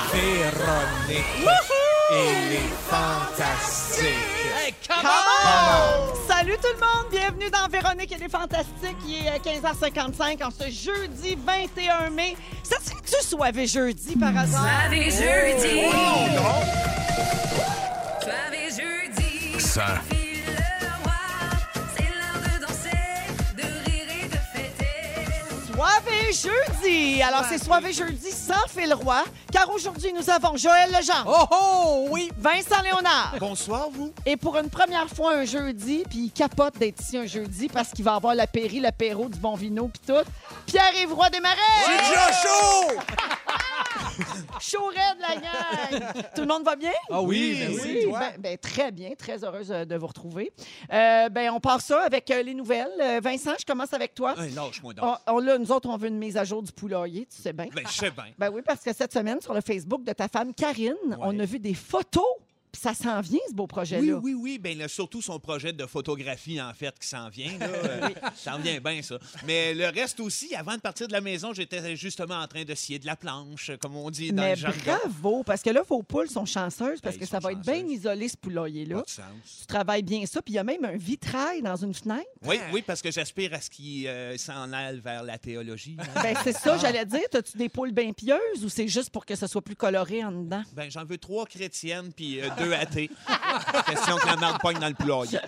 Véronique, il est fantastique. Hey, come Salut tout le monde, bienvenue dans Véronique et les Fantastiques. Il est euh, 15h55 en ce jeudi 21 mai. Ça serait que tu sois jeudi par hasard? Soirée jeudi. Soirée jeudi. Ça. File le roi. C'est l'heure de danser, de rire et de fêter. Soivé jeudi! Alors c'est soivé jeudi sans fil roi, car aujourd'hui nous avons Joël Lejean, Oh, oh, oui. Vincent Léonard. Bonsoir, vous. Et pour une première fois un jeudi, puis il capote d'être ici un jeudi parce qu'il va avoir l'apéri, l'apéro, du bon vino, puis tout. Pierre-Yves Roy des Marais! J'ai déjà chaud! Chaud raide, la gang! Tout le monde va bien? Ah oui, ben oui. toi. ben- ben, très bien, très heureuse euh, de vous retrouver. Euh, ben, on part ça avec euh, les nouvelles. Euh, Vincent, je commence avec toi. Hey, Lâche-moi donc. On, on- là, nous autres, on veut une mise à jour du poulailler, tu sais bien. Ben, je sais bien. Ben oui, parce que cette semaine, sur le Facebook de ta femme Karine, on a vu des photos. Puis ça s'en vient, ce beau Oui, projet-là. oui, oui. Ben, là, surtout son projet de photographie, en fait, qui s'en vient. Là, Euh, ça en vient bien, ça. Mais le reste aussi, avant de partir de la maison, j'étais justement en train de scier de la planche, comme on dit dans Mais le jargon. bravo, parce que là, vos poules sont chanceuses, parce Ben, que ils ça sont va être chanceuses. bien isolé, ce poulailler-là. Pas de sens. Tu travailles bien ça, puis il y a même un vitrail dans une fenêtre. Oui, oui, parce que j'aspire à ce qu'il euh, s'en aille vers la théologie. Ben, c'est ça, j'allais dire. T'as-tu des poules bien pieuses ou c'est juste pour que ça soit plus coloré en dedans? Ben, j'en veux trois chrétiennes puis euh, deux athées. Question que la marde pogne dans le poulailler.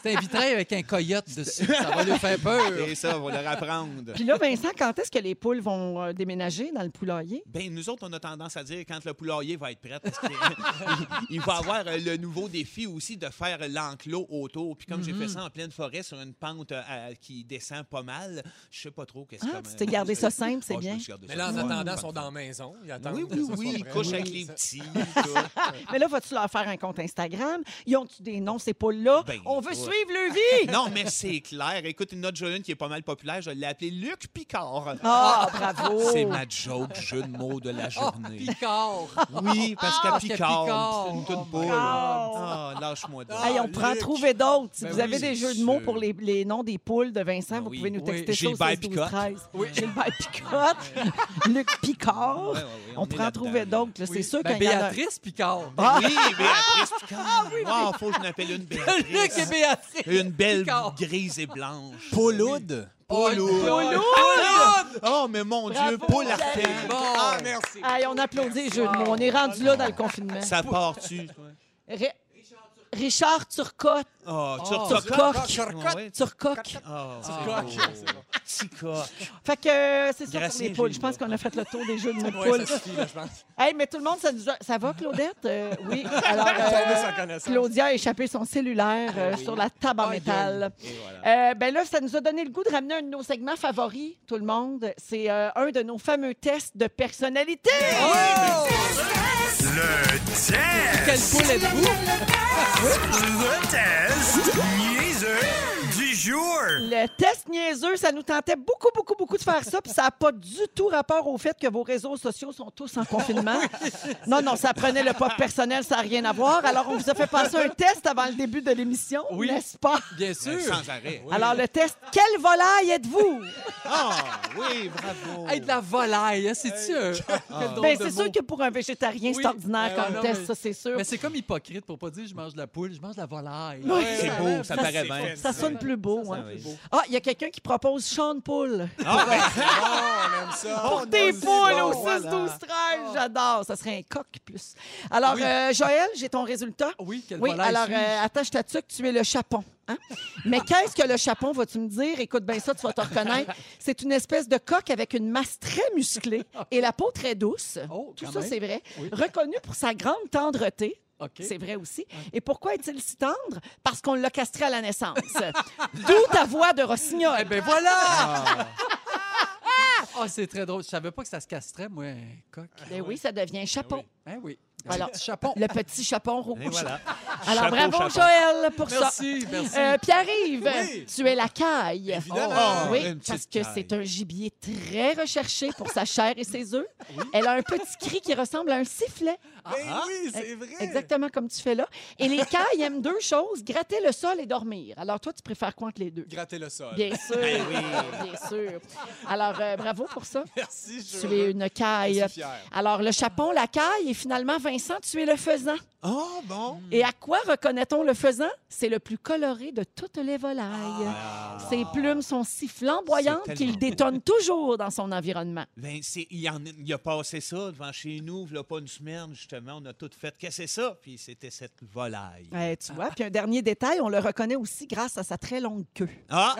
C'est un vitrail avec un coyote dessus. Ça va lui faire peur. Et ça, on va leur apprendre. Puis là, Vincent, quand est-ce que les poules vont euh, déménager dans le poulailler? Ben, nous autres, on a tendance à dire quand le poulailler va être prêt. parce que- il va avoir euh, le nouveau défi aussi de faire l'enclos autour. Puis comme j'ai Mhm. fait ça en pleine forêt sur une pente euh, à- qui descend pas mal, je sais pas trop qu'est-ce Ah, que Ah, tu t'es gardé ça simple, c'est bien. Mais là, en attendant, ils sont dans la maison. Ils attendent Oui, que oui, ça soit oui, ils prêt. couchent avec les petits. tout. Mais là, vas-tu leur faire un compte Instagram? Ils ont-tu des noms, ces poules-là? Ben, On veut ouais. suivre leur vie! Non, mais c'est clair. Écoute, une autre jeune qui est pas mal populaire, je l'ai appelée Luc Picard. Ah, bravo! C'est ma joke, jeu de mots de la Oh, journée. Picard. Oui, parce qu'à Parce que Picard, Picard. c'est une Oh toute my poule. God. Ah, lâche-moi donc. Hey, on Ah, pourra en Luc. trouver d'autres. Si Ben vous oui, avez c'est des jeux de mots sûr. pour les, les noms des poules de Vincent, Ben vous oui. pouvez nous Oui. texter ça au Gilbert 16 12 Picotte. 13. Gilbert Picotte, Luc Picard. Ouais, ouais, ouais, on on est pourra en là-dedans, trouver là. d'autres. là. C'est sûr Ben, qu'il y en a... Béatrice Picard. Oui, Béatrice Picard. Wow, ah, faut que je n'appelle une Luc et Béatrice. Béatrice. Une belle Picard. grise et blanche. Pauloude. Pauloude. Pauloude. Oh, mais mon Dieu, Bravo, Paul Pierre. Artel. Bon. Ah, merci. Hey, on applaudit les jeux de mots. On est rendu là dans le confinement. Ça part-tu? toi? Ré- Richard Turcotte. Oh, tu Oh. Turcoque. recoques. Turcoque. Oh, petit coq. Fait que euh, c'est ça pour Gracien les poules. Je Gilles, pense qu'on a fait le tour des jeux de nos Ouais, poules. ça suffit, là, je pense. Hey, mais tout le monde, ça, nous a- ça va, Claudette? Euh, oui. Alors, euh, Tombé sans connaissance. Claudia a échappé son cellulaire euh, sur la table en Aïe, métal. Et voilà. Euh, ben là, ça nous a donné le goût de ramener un de nos segments favoris, tout le monde. C'est euh, un de nos fameux tests de personnalité. Le Quelle test. Oh! poule êtes-vous? Le test niaiseux du jour. Le test niaiseux, ça nous tentait beaucoup, beaucoup, beaucoup de faire ça, puis ça n'a pas du tout rapport au fait que vos réseaux sociaux sont tous en confinement. Non, non, ça prenait le pop personnel, ça n'a rien à voir. Alors, on vous a fait passer un test avant le début de l'émission, Oui. n'est-ce pas? Bien sûr. Ben, Sans arrêt. Alors, le test, quelle volaille êtes-vous? Ah, oui, bravo. Hey, de la volaille, hein, c'est-tu un... Ah. quel drôle Ben, de c'est mot. sûr que pour un végétarien, Oui. c'est ordinaire Ah, comme non, test, mais- ça, c'est sûr. Mais c'est comme hypocrite pour pas dire je mange de la poule, je mange de la volaille. Oui. C'est beau, ça Ça, paraît c'est bien. fait. Ça sonne plus beau. hein. sonne plus beau. Ah, il y a quelqu'un qui propose Sean Poule. Ah, ben, on aime ça. Pour des poules au 6, 12, 13. J'adore. Ça serait un coq plus. Alors, Oui. euh, Joël, j'ai ton résultat. Oui, quelle Oui, volaille alors suis-je? euh, attache ta tuque, tu es le chapon. hein? Mais qu'est-ce que le chapon, vas-tu me dire? Écoute bien ça, tu vas te reconnaître. C'est une espèce de coq avec une masse très musclée et la peau très douce. Oh, Tout quand ça, même. c'est vrai. Oui. Reconnu pour sa grande tendreté. OK. C'est vrai aussi. Et pourquoi est-il si tendre? Parce qu'on l'a castré à la naissance. D'où ta voix de rossignol. Eh ben voilà! Ah, c'est très drôle. Je savais pas que ça se castrait, moi, un coq. Ben oui, ça devient chapon. Hein, oui. Alors, Alors, petit chapon. Le petit chapon rouge. et voilà. Alors, Chapeau, bravo, chapeau. Joël, pour ça. Merci, merci. Euh, Pierre-Yves, Oui. tu es la caille. Évidemment. Oh, oui, une petite parce que caille. c'est un gibier très recherché pour sa chair et ses œufs. Elle a un petit cri qui ressemble à un sifflet. Ben oui, Eh, c'est vrai. Exactement comme tu fais là. Et les cailles aiment deux choses, gratter le sol et dormir. Alors toi, tu préfères quoi entre les deux? Gratter le sol. Bien sûr, Ben bien sûr. Alors, euh, bravo pour ça. Merci, je Tu es une Je caille. suis fier. Alors, le chapon, la caille, et finalement, Vincent, tu es le faisan. Oh, bon. Et à quoi reconnaît-on le faisan? C'est le plus coloré de toutes les volailles. Ses plumes sont si flamboyantes Ah. C'est tellement qu'il détonne toujours dans son environnement. Ben, c'est- il, y en, a- il a passé ça devant chez nous, il pas une semaine, justement. On a tout fait. Qu'est-ce que c'est ça? Puis c'était cette volaille. Ouais, Eh, tu vois, puis un dernier détail, on le reconnaît aussi grâce à sa très longue queue. Ah!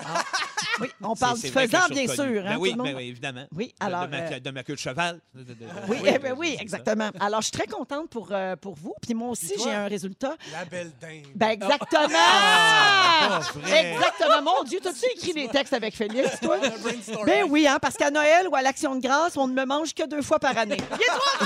Oui, on C'est- parle c'est du vrai que je faisan, suis bien reconnu. sûr. hein, Ben oui, tout le ben monde. oui, évidemment. Oui, De- alors, De, ma, euh, de ma queue de cheval. De- de- de- Oui, eh ben ben, oui, c'est ça. exactement. Alors, je suis très contente pour, euh, pour vous. Puis moi aussi, toi? j'ai un résultat. La belle dinde. Ben exactement! Ah, pas vrai. exactement. Mon Dieu, t'as-tu écrit des textes avec Félix, toi? brainstorming. Ben oui, hein, parce qu'à Noël ou à l'Action de grâce, on ne me mange que deux fois par année. Il est trop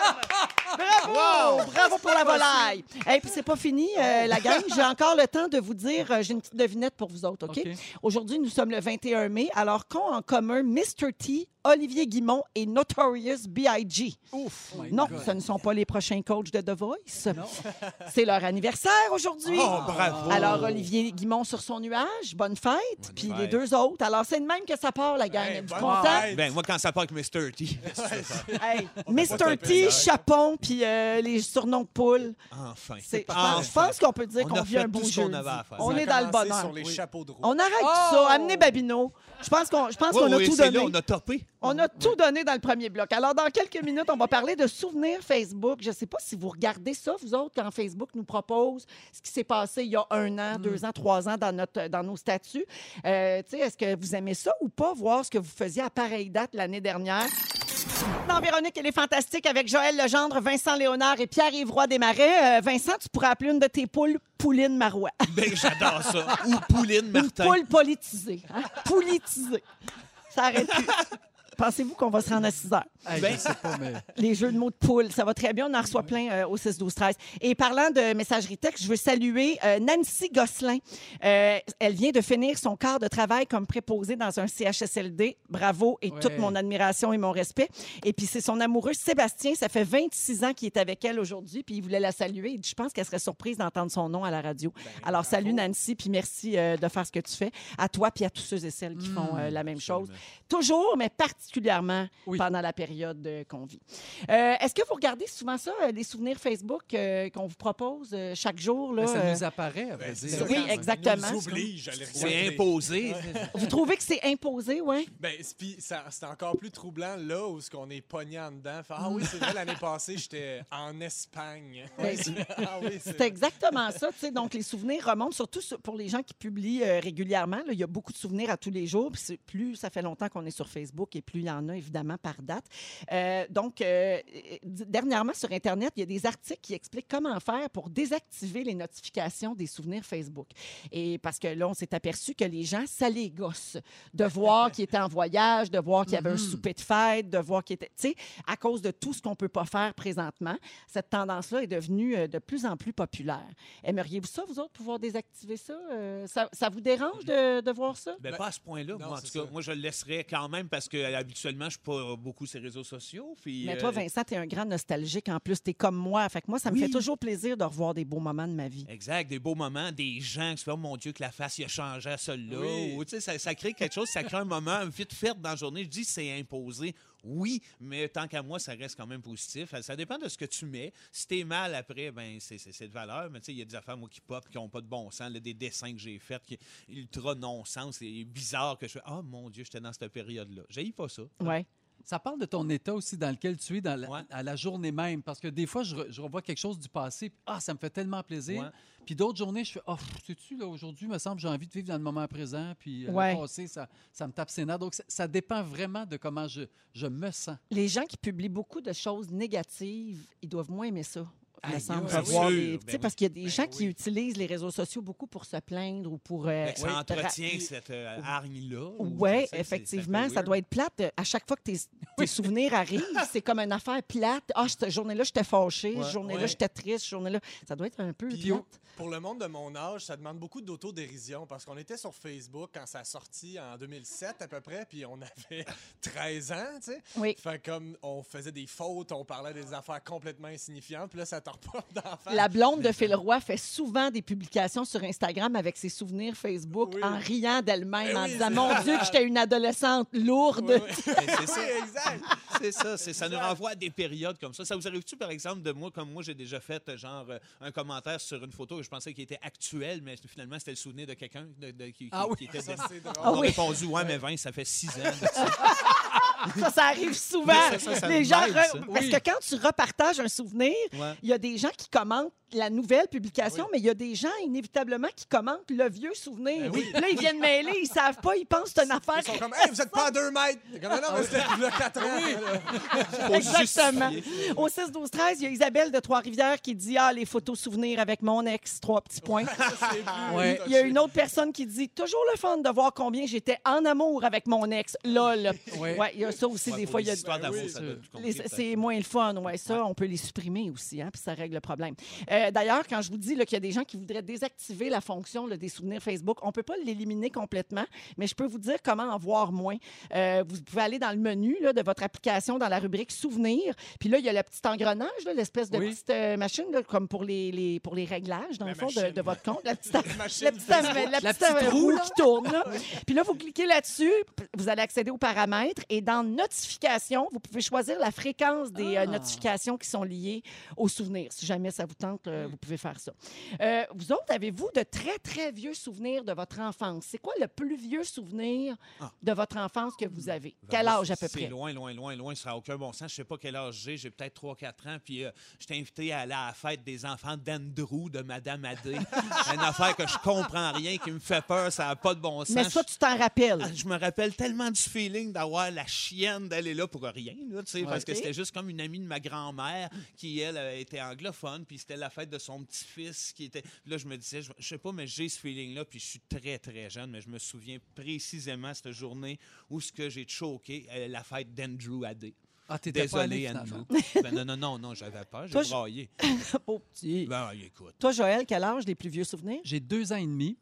bon, Bravo! Bravo pour la volaille! Et puis, c'est pas fini, euh, la gang. J'ai encore le temps de vous dire, euh, j'ai une petite devinette pour vous autres, OK. OK? Aujourd'hui, nous sommes le 21 mai. Alors, qu'ont en commun Mr. T, Olivier Guimont et Notorious B.I.G.? Ouf. my Non, God. ce ne sont pas les prochains coachs de The Voice. C'est leur anniversaire aujourd'hui. Oh, bravo! Alors, Olivier Guimont sur son nuage, bonne fête. Puis les fête. deux autres. Alors, c'est de même que ça part, la gang. Hey, Êtes-vous bonne content? fête. Ben, moi, quand ça part avec Mr. T, Hey, taper Mr. les T, oreilles. Chapon, puis euh, les surnoms de poule. enfin. C'est- Je Enfin. pense- je pense qu'on peut dire On qu'on a vit un fait beau tout ce jeu. qu'on avait à faire. On Ça a est dans le commencé bonheur. sur les chapeaux de roue. On arrête Oh! tout ça. Amenez Babino. Je pense qu'on je pense Ouais, qu'on a ouais, tout c'est donné. là, on a topé. On a tout donné dans le premier bloc. Alors, dans quelques minutes, on va parler de souvenirs Facebook. Je ne sais pas si vous regardez ça, vous autres, quand Facebook nous propose ce qui s'est passé il y a un an, deux ans, trois ans dans, notre, dans nos statuts. Euh, tu sais, Est-ce que vous aimez ça ou pas, voir ce que vous faisiez à pareille date l'année dernière? Dans Véronique, elle est fantastique avec Joël Legendre, Vincent Léonard et Pierre-Yves Roy Desmarais. Euh, Vincent, tu pourrais appeler une de tes poules Pouline Marois. Ben, j'adore ça. Ou Pauline Martin. Poule politisée. hein? Politisée. Ça arrête plus. Pensez-vous qu'on va se rendre à 6 heures? Hey, Ben- Je sais pas, mais. Les jeux de mots de poule, ça va très bien. On en reçoit plein euh, au 6, 12, 13. Et parlant de messagerie texte, je veux saluer euh, Nancy Gosselin. Euh, elle vient de finir son quart de travail comme préposée dans un CHSLD. Bravo et Ouais. toute mon admiration et mon respect. Et puis, c'est son amoureux Sébastien. Ça fait 26 ans qu'il est avec elle aujourd'hui. Puis, il voulait la saluer. Il dit, Je pense qu'elle serait surprise d'entendre son nom à la radio. Ben, Alors, salut Nancy. Puis, merci euh, de faire ce que tu fais. À toi, puis à tous ceux et celles qui font euh, la même chose. Toujours, mais particulièrement Mmh, Oui. pendant la période euh, qu'on vit. Euh, Est-ce que vous regardez souvent ça, euh, les souvenirs Facebook euh, qu'on vous propose euh, chaque jour? Là, Mais ça euh, nous apparaît, à vrai Ben, c'est dire. ça, oui, quand on exactement. nous oblige à les C'est regarder. imposé. Vous trouvez que c'est imposé, oui? Ben, c'est- puis ça- c'est encore plus troublant là où ce qu'on est pogné en dedans. Fait, ah oui, c'est vrai, l'année passée, j'étais en Espagne. Ben, ah oui, c'est C'est exactement ça. tu sais. Donc, les souvenirs remontent, surtout sur- pour les gens qui publient euh, régulièrement. là. il y a beaucoup de souvenirs à tous les jours. Puis c'est- plus ça fait longtemps qu'on est sur Facebook et plus il y en a, évidemment, par date. Euh, donc, euh, d- dernièrement, sur Internet, il y a des articles qui expliquent comment faire pour désactiver les notifications des souvenirs Facebook. Et parce que là, on s'est aperçu que les gens, ça les gosse de voir qu'ils étaient en voyage, de voir qu'il y avait un souper de fête, de voir qu'ils étaient... Tu sais, à cause de tout ce qu'on ne peut pas faire présentement, cette tendance-là est devenue euh, de plus en plus populaire. Aimeriez-vous ça, vous autres, pouvoir désactiver ça? Euh, ça, ça vous dérange de, de voir ça? Ben, Ben, pas à ce point-là. non, Moi, en c'est tout cas, ça. moi, je le laisserais quand même parce que euh, habituellement, je suis pas beaucoup sur les réseaux sociaux. Puis, Mais toi, euh, Vincent, t'es un grand nostalgique en plus. T'es comme moi. Fait que moi, ça me Oui. fait toujours plaisir de revoir des beaux moments de ma vie. Exact, des beaux moments, des gens qui se font, Oh, mon Dieu, que la face, il a changé à celle-là. Oui. Ou, tu sais, ça, ça crée quelque chose, ça crée un moment vite fait dans la journée. Je dis, c'est imposé. Oui, mais tant qu'à moi, ça reste quand même positif. Ça dépend de ce que tu mets. Si t'es mal après, ben c'est c'est- c'est de valeur. Mais tu sais, il y a des affaires, moi, qui pop, qui n'ont pas de bon sens. là, des dessins que j'ai faits, qui ultra non-sens. C'est bizarre que je fais, oh mon Dieu, j'étais dans cette période-là. J'ai pas ça. Ouais. Ça parle de ton état aussi dans lequel tu es dans la- Ouais. à la journée même. Parce que des fois, je, re- je revois quelque chose du passé, puis ah, ça me fait tellement plaisir. Ouais. Puis d'autres journées, je fais, oh, pff, sais-tu, là, aujourd'hui, me semble, j'ai envie de vivre dans le moment présent, puis euh, Ouais. le passé, ça, ça me tape ses nerfs. Donc, ça, ça dépend vraiment de comment je, je me sens. Les gens qui publient beaucoup de choses négatives, ils doivent moins aimer ça. me Aïe, semble. aïe, pour ben voir oui. les- Ben tu sais, oui. Parce qu'il y a des gens qui oui. utilisent les réseaux sociaux beaucoup pour se plaindre ou pour. euh, Fait que ra- ça entretient cette euh, hargne-là. ou- Oui, tu sais, c'est- effectivement, c'est un ça peu doit être plate. euh, À chaque fois que tes, tes souvenirs arrivent, c'est comme une affaire plate. Ah, cette journée-là, j'étais fâchée. Cette journée-là, ouais. j'étais triste. Cette journée-là, ça doit être un peu Puis, plate. Pour le monde de mon âge, ça demande beaucoup d'autodérision parce qu'on était sur Facebook quand ça a sorti en 2007 à peu près, puis on avait 13 ans, tu sais. Oui. Fait comme on faisait des fautes, on parlait des affaires complètement insignifiantes, puis là, ça t'en reporte d'en face. La blonde de Phil Roy fait souvent des publications sur Instagram avec ses souvenirs Facebook Oui. en riant d'elle-même, Eh en oui, disant c'est- Mon Dieu, que j'étais une adolescente Oui, lourde. oui. weird. Mais c'est ça. Oui, exact. C'est ça, c'est- ça nous renvoie à des périodes comme ça. Ça vous arrive-tu, par exemple, de moi, comme moi, j'ai déjà fait, euh, genre, euh, un commentaire sur une photo que je pensais qu'il était actuel, mais finalement, c'était le souvenir de quelqu'un de- de- qui, qui- Ah oui. qui était Ça, de- c'est drôle. On a oui. répondu, ouais, mais 20, ça fait 6 ans. Ça, ça arrive souvent. Oui, ça, ça, ça Les m'aide, gens ça. re- Parce que quand tu repartages un souvenir, Ouais. il y a des gens qui commentent la nouvelle publication, mais il y a des gens, inévitablement, qui commentent le vieux souvenir. Ben oui. Là, ils viennent mêler, ils savent pas, ils pensent que c'est une affaire. Ils sont comme, hey, vous êtes pas à deux mètres! T'es Comme, non, non, mais c'était il y a quatre ans. Pour Exactement. justifier. Au 6-12-13, il y a Isabelle de Trois-Rivières qui dit Ah, les photos souvenirs avec mon ex, trois petits points. Ça, c'est plus Ouais. touché. Il y a une autre personne qui dit Toujours le fun de voir combien j'étais en amour avec mon ex. LOL. Ouais. Ouais, il y a ça aussi, Ouais, des pour fois, il les y a histoires Ben d'amour, oui, ça sûr. doit être plus les- compliqué, C'est moins le fun, ouais. Ça, on peut les supprimer aussi, hein, puis ça règle le problème. Euh, D'ailleurs, quand je vous dis là, qu'il y a des gens qui voudraient désactiver la fonction là, des souvenirs Facebook, on peut pas l'éliminer complètement, mais je peux vous dire comment en voir moins. Euh, vous pouvez aller dans le menu là, de votre application, dans la rubrique Souvenirs, puis là, il y a le petit engrenage, là, l'espèce de Oui. petite euh, machine, là, comme pour les, les- pour les réglages, dans La le fond, de, machine. de votre compte. La petite, la machine petite- la La petite, petite euh, roue, roue là. qui tourne. là. Puis là, vous cliquez là-dessus, p- vous allez accéder aux paramètres et dans Notifications, vous pouvez choisir la fréquence des euh, Ah. notifications qui sont liées aux souvenirs. Si jamais ça vous tente, euh, vous pouvez faire ça. Euh, vous autres, avez-vous de très, très vieux souvenirs de votre enfance? C'est quoi le plus vieux souvenir Ah. de votre enfance que vous avez? Ben, Quel moi, âge à peu C'est près? loin, loin, loin, loin. Ça n'a aucun bon sens. Je sais pas quel âge j'ai. J'ai peut-être 3-4 ans. Puis euh, j'étais invité à aller à la fête des enfants d'Andrew, de Madame Adé. Une affaire que je comprends rien, qui me fait peur. Ça n'a pas de bon sens. Mais ça, tu t'en rappelles. Ah, Je me rappelle tellement du feeling d'avoir la chienne d'aller là pour rien, là, tu sais, parce que Ok. c'était juste comme une amie de ma grand-mère qui, elle, euh, était anglophone, puis c'était la fête de son petit-fils qui était... Puis Là, je me disais, je, je sais pas, mais j'ai ce feeling-là, puis je suis très, très jeune, mais je me souviens précisément cette journée où ce que j'ai choqué, euh, la fête d'Andrew Adé. Ah, t'étais pas allé, Désolé, finalement. Andrew. Ben non, non, non, non, j'avais peur, Toi, j'ai je- braillé. Pauvre petit. Ben, écoute. Toi, Joël, quel âge les plus vieux souvenirs? J'ai deux ans et demi.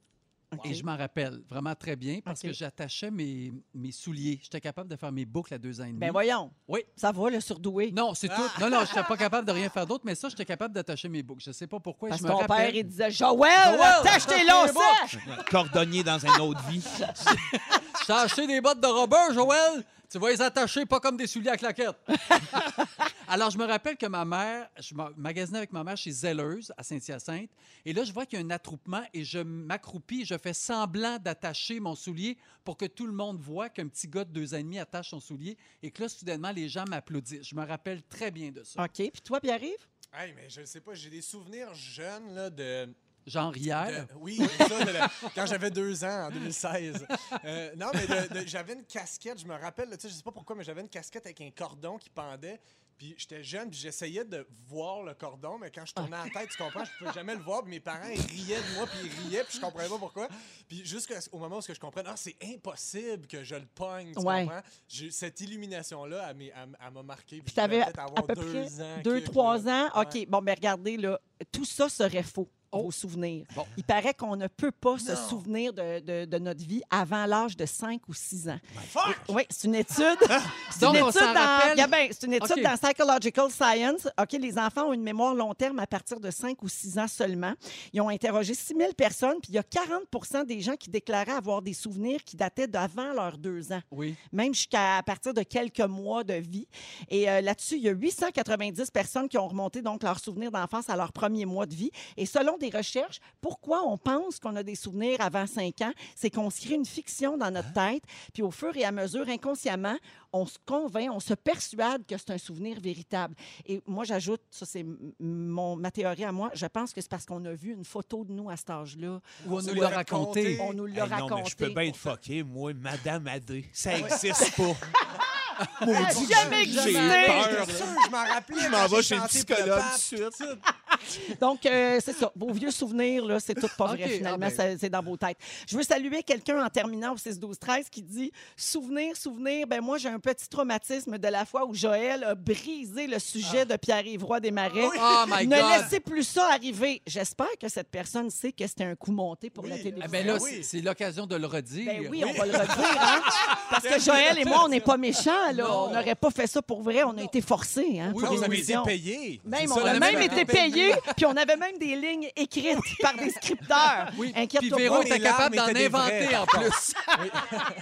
Ok. Et je m'en rappelle vraiment très bien parce Ok. que j'attachais mes, mes souliers. J'étais capable de faire mes boucles à deux ans et demi. Ben Ah. voyons. Oui. Ça va, le surdoué. Non, c'est tout. Non, non, je n'étais pas capable de rien faire d'autre, mais ça, j'étais capable d'attacher mes boucles. Je ne sais pas pourquoi. Parce je que me ton rappelle. père, il disait Joël, attache tes lacets! Cordonnier dans une autre vie. J'ai acheté des bottes de Robert, Joël. Tu vas les attacher pas comme des souliers à claquettes. Alors, je me rappelle que ma mère, je ma- magasinais avec ma mère chez Zelleuse à Saint-Hyacinthe. Et là, je vois qu'il y a un attroupement et je m'accroupis et je fais semblant d'attacher mon soulier pour que tout le monde voit qu'un petit gars de deux ans et demi attache son soulier et que là, soudainement, les gens m'applaudissent. Je me rappelle très bien de ça. OK, puis toi, puis arrive? Hey, mais je sais pas, j'ai des souvenirs jeunes là, de, Genre Ah, Euh, hier. de- Oui, c'est ça, de la- quand j'avais deux ans, en 2016. Euh, non, mais de- de- j'avais une casquette, je me rappelle, là, tu sais, je sais pas pourquoi, mais j'avais une casquette avec un cordon qui pendait. Puis j'étais jeune, puis j'essayais de voir le cordon, mais quand je tournais la tête, tu comprends, je pouvais jamais le voir. Puis mes parents, ils riaient de moi, puis ils riaient, puis je comprenais pas pourquoi. Puis jusqu'au moment où ce que je comprenais, ah, c'est impossible que je le pogne, tu Ouais. comprends? J'ai- Cette illumination-là, elle m'est- elle m- elle m'a marqué. Puis je devais t'avais peut-être à avoir peu deux près ans, deux, quelque, trois là. ans. OK, Ouais. bon, mais regardez, là, tout ça serait faux, vos souvenirs. Oh. Bon. Il paraît qu'on ne peut pas se souvenir de, de- de notre vie avant l'âge de 5 ou 6 ans. Et- Oui, c'est une étude. C'est Ben, Donc, une on étude, s'en dans, rappelle. Gabin, c'est une étude OK. dans Psychological Science. OK, les enfants ont une mémoire long terme à partir de 5 ou 6 ans seulement. Ils ont interrogé 6 000 personnes, puis il y a 40 des gens qui déclaraient avoir des souvenirs qui dataient d'avant leurs 2 ans Oui. même jusqu'à à partir de quelques mois de vie. Et euh, là-dessus, il y a 890 personnes qui ont remonté donc leurs souvenirs d'enfance à leur premier mois de vie. Et selon des recherches, pourquoi on pense qu'on a des souvenirs avant 5 ans, c'est qu'on se crée une fiction dans notre Hein? tête, puis au fur et à mesure, inconsciemment, on se convainc, on se persuade que c'est un souvenir véritable. Et moi, j'ajoute, ça c'est m- mon, ma théorie à moi, je pense que c'est parce qu'on a vu une photo de nous à cet âge-là. Où on nous l'a l'a raconté. raconté. On nous l'a Hey, non, raconté. mais je peux bien être fucké, moi, Madame Adé. Ça existe pas. Maudit jamais que j'ai existé. peur. J'étais sûr, je m'en rappelais. Je quand m'en vais j'ai chez le chanté pour le psychologue pape. tout de suite. Donc, euh, c'est ça. Vos vieux souvenirs, là, c'est tout pas vrai, OK, ah finalement. ben. ça- C'est dans vos têtes. Je veux saluer quelqu'un en terminant au 6-12-13 qui dit Souvenir, souvenir, ben moi, j'ai un petit traumatisme de la fois où Joël a brisé le sujet de Pierre-Yves Roy des Marais. Ah. Oh my ne God! laissez plus ça arriver. J'espère que cette personne sait que c'était un coup monté pour la Oui. télévision. Ah, ben là, Oui. c'est- c'est l'occasion de le redire. Ben oui, on va le redire, hein? Parce que Joël et moi, on n'est pas méchants, là. Non. On n'aurait pas fait ça pour vrai. On a été forcés, hein, Oui, pour Vous une avez été émission. payé. Même, C'est on ça, a la même différence. été payés, puis on avait même des lignes écrites par des scripteurs. Oui, puis Inquiète-toi Véro pas, était mes larmes capable d'en étaient des inventer vraies, en par plus. pas.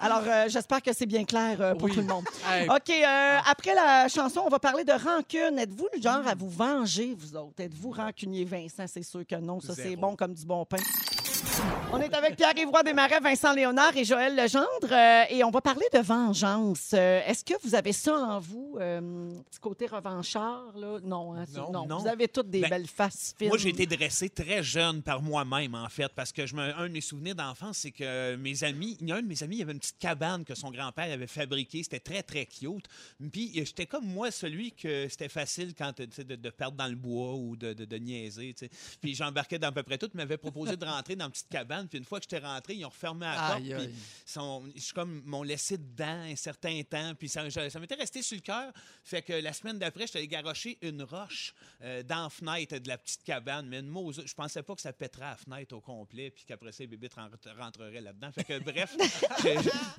Alors, euh, j'espère que c'est bien clair euh, pour Oui. tout le monde. Hey, OK, euh, après la chanson, on va parler de rancune. Êtes-vous le genre à vous venger, vous autres? Êtes-vous rancunier, Vincent? C'est sûr que non. Ça, c'est Zéro. bon comme du bon pain. On est avec Pierre-Yves Roy Desmarais, Vincent Léonard et Joël Legendre. euh, et on va parler de vengeance. Euh, Est-ce que vous avez ça en vous, euh, petit côté revanchard? Là? Non, hein, ça- Non, non. Vous avez toutes des Ben, belles faces fines. Moi, j'ai été dressé très jeune par moi-même, en fait, parce que je me... un de mes souvenirs d'enfance, c'est que mes amis, il y a un de mes amis, il avait une petite cabane que son grand-père avait fabriquée. C'était très, très cute. Puis euh, j'étais comme moi, celui que c'était facile quand tu sais, de, de perdre dans le bois ou de, de, de niaiser. tu sais. Puis j'embarquais dans à peu près tout. Ils m'avaient proposé de rentrer dans une petite cabane. Puis une fois que j'étais rentré, ils ont refermé la porte. Aïe, puis aïe. sont- je suis comme m'ont laissé dedans un certain temps. Puis ça, je- ça m'était resté sur le cœur. Fait que la semaine d'après, j'étais allé garocher une roche euh, dans la fenêtre de la petite cabane. Mais une mauvaise- je pensais pas que ça pèterait la fenêtre au complet. Puis qu'après ça, les bébites ren- rentreraient là-dedans. Fait que bref,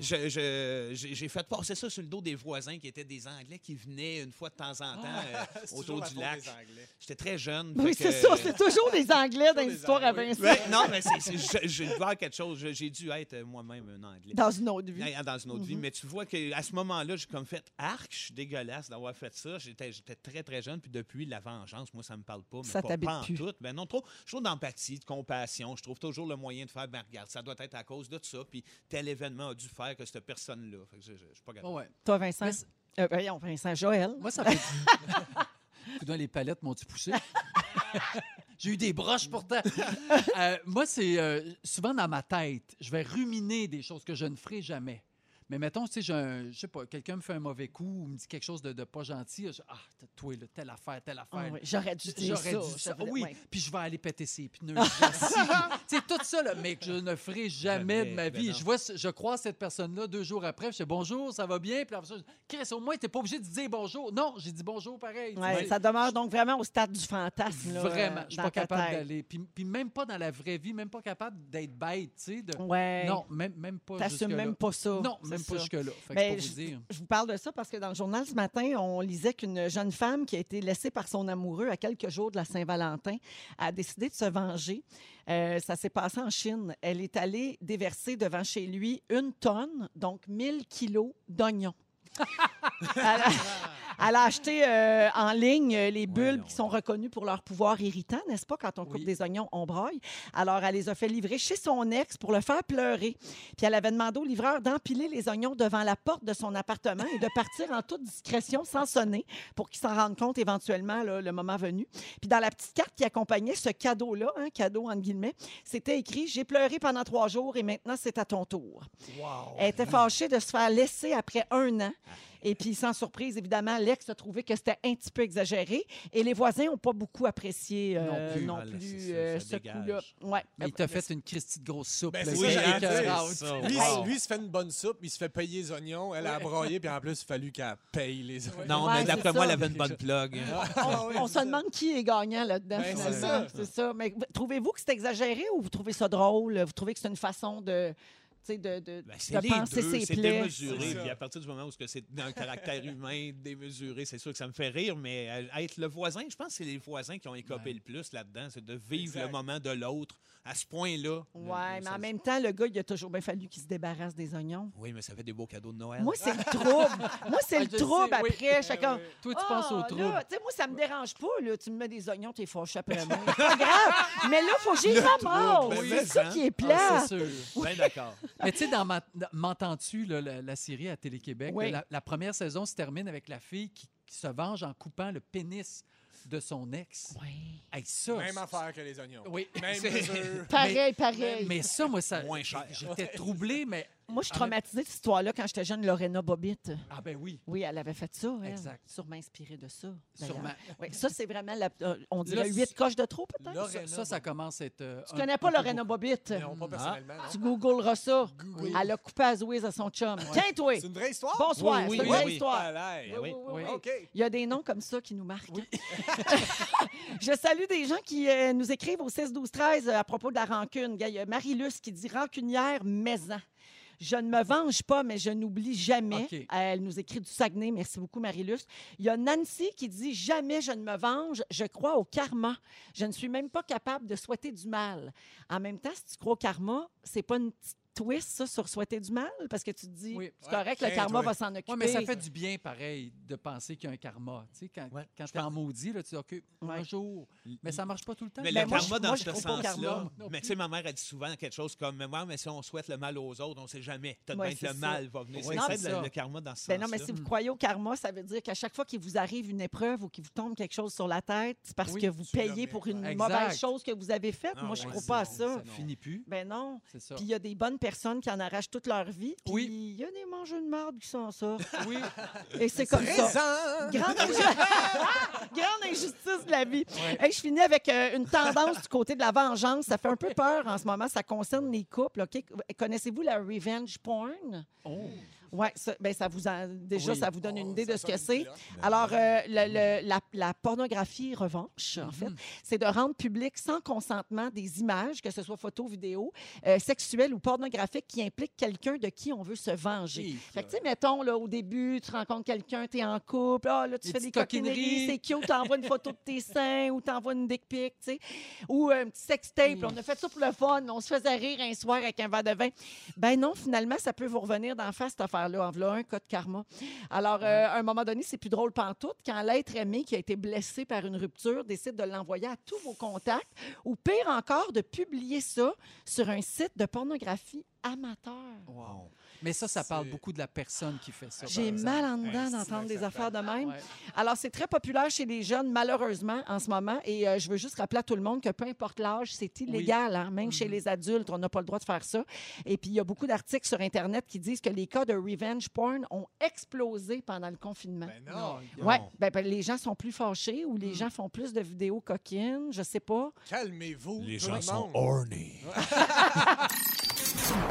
je- je- je- j'ai j'ai fait passer ça sur le dos des voisins qui étaient des Anglais qui venaient une fois de temps en temps euh, C'est toujours autour la du faute lac. des Anglais. J'étais très jeune. Oui, fait que- c'est ça. C'est toujours des Anglais dans des les histoires à Anglais, Vincent. Ouais, non, mais c'est- c'est- je- j'ai dû faire quelque chose. Je- J'ai dû être euh, moi-même un Anglais. Dans une autre vie. Ouais, Dans une autre vie. Mm-hmm. Mais tu vois qu'à ce moment-là, j'ai comme fait arc, je suis dégueulasse d'avoir fait ça. J'étais j'étais très, très jeune. Puis depuis, la vengeance, moi, ça me parle pas. Mais Ça pas, t'habite pas en plus. tout. Mais non, trop. Je trouve d'empathie, de compassion. Je trouve toujours le moyen de faire, ben regarde, ça doit être à cause de ça. Puis tel événement a dû faire que cette personne-là. Fait que je, je- je suis pas capable. Bon, ouais. Toi, Vincent? Mais c'est- Euh, voyons, Vincent, Joël. Moi, ça fait. Coudonc, les palettes m'ont-tu poussé? J'ai eu des broches pourtant. Euh, moi, c'est euh, souvent dans ma tête, je vais ruminer des choses que je ne ferai jamais. Mais mettons, tu sais, j'ai un- je sais pas, quelqu'un me fait un mauvais coup ou me dit quelque chose de, de pas gentil. je- ah, t- toi, là, telle affaire, telle Ah affaire. oui, J'aurais dû dire J'aurais ça. dû ça. ça voulait- oui, ouais. puis je vais aller péter ses pneus. Tu sais, tout ça, là, mais que je ne ferai jamais de Jamais, ma ben vie. non. je vois, ce- je croise cette personne-là deux jours après, je dis bonjour, ça va bien. Puis après ça, je dis, Chris, au moins, t'es pas obligé de dire bonjour. Non, j'ai dit bonjour pareil. tu Ouais, sais. Ça demeure donc vraiment au stade du fantasme. là, Vraiment, euh, je suis dans pas ta capable tête. d'aller. Puis, puis même pas dans la vraie vie, même pas capable d'être bête, tu sais. de- Ouais. Non, même, même pas T'assumes jusque-là. même pas ça. Non, c'est même pas ça. jusque-là. Fait que c'est Mais pour je, vous dire. je vous parle de ça parce que dans le journal ce matin, on lisait qu'une jeune femme qui a été laissée par son amoureux à quelques jours de la Saint-Valentin a décidé de se venger. Euh, ça s'est passé en Chine. Elle est allée déverser devant chez lui une tonne, donc 1000 kilos d'oignons. Elle a- elle a acheté euh, en ligne euh, les bulbes Voyons qui sont reconnues pour leur pouvoir irritant, n'est-ce pas? Quand on coupe Oui. des oignons, on broille. Alors, elle les a fait livrer chez son ex pour le faire pleurer. Puis elle avait demandé au livreur d'empiler les oignons devant la porte de son appartement et de partir en toute discrétion sans sonner pour qu'ils s'en rendent compte éventuellement là, le moment venu. Puis dans la petite carte qui accompagnait ce cadeau-là, hein, cadeau entre guillemets, c'était écrit « J'ai pleuré pendant trois jours et maintenant c'est à ton tour ». Oh, Elle était fâchée de se faire laisser après un an. Et puis, sans surprise, évidemment, l'ex a trouvé que c'était un petit peu exagéré. Et les voisins n'ont pas beaucoup apprécié euh, Non plus. Ah là, plus, c'est ça, euh, ça ce dégage. coup-là. Ouais. Ben, Mais il t'a fait une Christie de grosse soupe. Ben, là, c'est qui ça, est j'ai écœurante. dit, ça. Lui, Wow. lui, il se fait une bonne soupe, il se fait payer les oignons, elle a broyé, puis en plus, il a fallu qu'elle paye les oignons. Non, Ouais, mais c'est d'après moi, ça. elle avait une bonne plug. Ah oui, On c'est se ça. demande qui est gagnant là-dedans, Ben, c'est finalement. ça. C'est ça. Mais v- trouvez-vous que c'est exagéré ou vous trouvez ça drôle? Vous trouvez que c'est une façon de, tu sais, de, Ben, de, de c'est les penser deux, ses c'est plaies? C'est démesuré. ça. Puis à partir du moment où ce que c'est un caractère humain démesuré, c'est sûr que ça me fait rire, mais euh, être le voisin, je pense que c'est les voisins qui ont écopé Ouais. le plus là-dedans, c'est de vivre Exact. le moment de l'autre à ce point-là. Le- Ouais, mais ça- en même temps, le gars, il a toujours bien fallu qu'il se débarrasse des oignons. Oui, mais ça fait des beaux cadeaux de Noël. Moi, c'est le trouble. Moi, c'est Ah, le je trouble sais, oui. après. Chacun. Toi, tu penses au Ah, trou. là, Tu sais, moi, ça me dérange pas. Là. Tu me mets des oignons, t'es fâché après moi. C'est pas grave. Mais là, faut que j'y ramasse. ben, C'est mais, ça hein. qui est plat. Ah, c'est sûr. Bien Ben, d'accord. Mais tu sais, dans Ma- dans M'entends-tu, là, la, la série à Télé-Québec, Oui. la, la première saison se termine avec la fille qui, qui se venge en coupant le pénis de son ex. Oui. Hey, ça, Même c'est- affaire que les oignons. Oui. Même C'est- mesure. Mais- Pareil, pareil. Mais ça, moi, ça. Moins cher. J'étais troublé, mais. Moi, je suis traumatisée de cette histoire-là quand j'étais jeune, Lorena Bobbitt. Ah, ben oui. Oui, elle avait fait ça. Elle. Exact. Sûrement inspirée de ça. d'ailleurs. Sûrement. Oui, ça, c'est vraiment, la- euh, on Là, dirait huit c'est- coches de trop, peut-être? Ça, ça, ça commence à être. euh, Tu un- connais un pas peu Lorena beaucoup. Bobbitt? Non, pas personnellement. non. Tu googleras ça. Google. Elle a coupé à Zouise à son chum. Tiens, toi! C'est une vraie histoire? Bonsoir, Oui, c'est oui, une vraie oui. histoire. Palais, oui. Oui. OK. Il y a des noms comme ça qui nous marquent. Je salue des gens qui euh, nous écrivent au 6 12 13 euh, à propos de la rancune. Gars, Il y a Marie-Luce qui dit rancunière maison. Je ne me venge pas, mais je n'oublie jamais. OK. Elle nous écrit du Saguenay. Merci beaucoup, Marie-Luce. Il y a Nancy qui dit Jamais je ne me venge. Je crois au karma. Je ne suis même pas capable de souhaiter du mal. En même temps, si tu crois au karma, c'est pas une petite twist, ça, sur souhaiter du mal? Parce que tu te dis Oui. C'est correct, le tiens, karma toi. va s'en occuper. Oui, mais ça fait du bien, pareil, de penser qu'il y a un karma. Tu sais, quand, Ouais. quand t'es en maudit, là, tu dis, OK, un Ouais. jour. Mais ça marche pas tout le temps. Mais Ben, le moi, karma je- dans moi, je ce crois pas au sens-là. karma. Non Mais tu sais, ma mère a dit souvent quelque chose comme Mais ouais, mais si on souhaite le mal aux autres, on sait jamais. Peut-être Ouais, bien que c'est le ça. mal va venir. Ouais, c'est c'est ça, le- ça. le, karma dans ce Ben sens-là. non, mais si vous croyez au karma, ça veut dire qu'à chaque fois qu'il vous arrive une épreuve ou qu'il vous tombe quelque chose sur la tête, c'est parce Oui, que vous tu l'as payez mis, pour une ouais. mauvaise Exact. chose que vous avez faite. Ah Moi, je ouais, crois c'est pas à bon, ça. Ça finit plus. Ben non. C'est ça. Puis il y a des bonnes personnes qui en arrachent toute leur vie. Puis Oui. il y a des mangeux de marde qui s'en sortent. Oui. Et c'est comme ça. Présent! Grande, injustice- Grande injustice de la vie. Hey, je finis avec euh, une tendance du côté de la vengeance. Ça fait un peu peur en ce moment. Ça concerne les couples. ok? Connaissez-vous la revenge porn? Oh. Oui, ça, ben, ça vous en- déjà, Oui. ça vous donne une Oh, idée ça de ce sonne Ben que c'est. culotte. Alors, euh, le- le- la, la pornographie revanche, en fait, Mm-hmm. c'est de rendre public sans consentement des images, que ce soit photo, vidéo, euh, sexuelles ou pornographiques, qui impliquent quelqu'un de qui on veut se venger. Hi, Fait que, tu sais, mettons, là, au début, tu rencontres quelqu'un, tu es en couple, ah, là, tu Des fais des petites coquineries. coquineries, c'est cute, t'envoies une photo de tes seins ou t'envoies une dick pic, tu sais, ou euh, un petit sextape. On a fait ça pour le fun, on se faisait rire un soir avec un verre de vin. Ben non, finalement, ça peut vous revenir d'en face, cette affaire-là. En voilà un cas de karma. Alors, euh, à un moment donné, c'est plus drôle pantoute quand l'être aimé qui a été blessé par une rupture décide de l'envoyer à tous vos contacts ou pire encore, de publier ça sur un site de pornographie amateur. Wow. Mais ça, ça parle C'est- beaucoup de la personne qui fait ça. par J'ai exemple. mal en dedans Ouais, d'entendre c'est des affaires de même. Ouais. Alors, c'est très populaire chez les jeunes, malheureusement, en ce moment. Et euh, je veux juste rappeler à tout le monde que peu importe l'âge, c'est illégal, hein, même chez les adultes. On n'a pas le droit de faire ça. Et puis, il y a beaucoup d'articles sur Internet qui disent que les cas de revenge porn ont explosé pendant le confinement. Ben Non, non, Oui, ben, ben, les gens sont plus fâchés ou les gens font plus de vidéos coquines, je sais pas. calmez-vous. Les tout gens le sont monde. horny.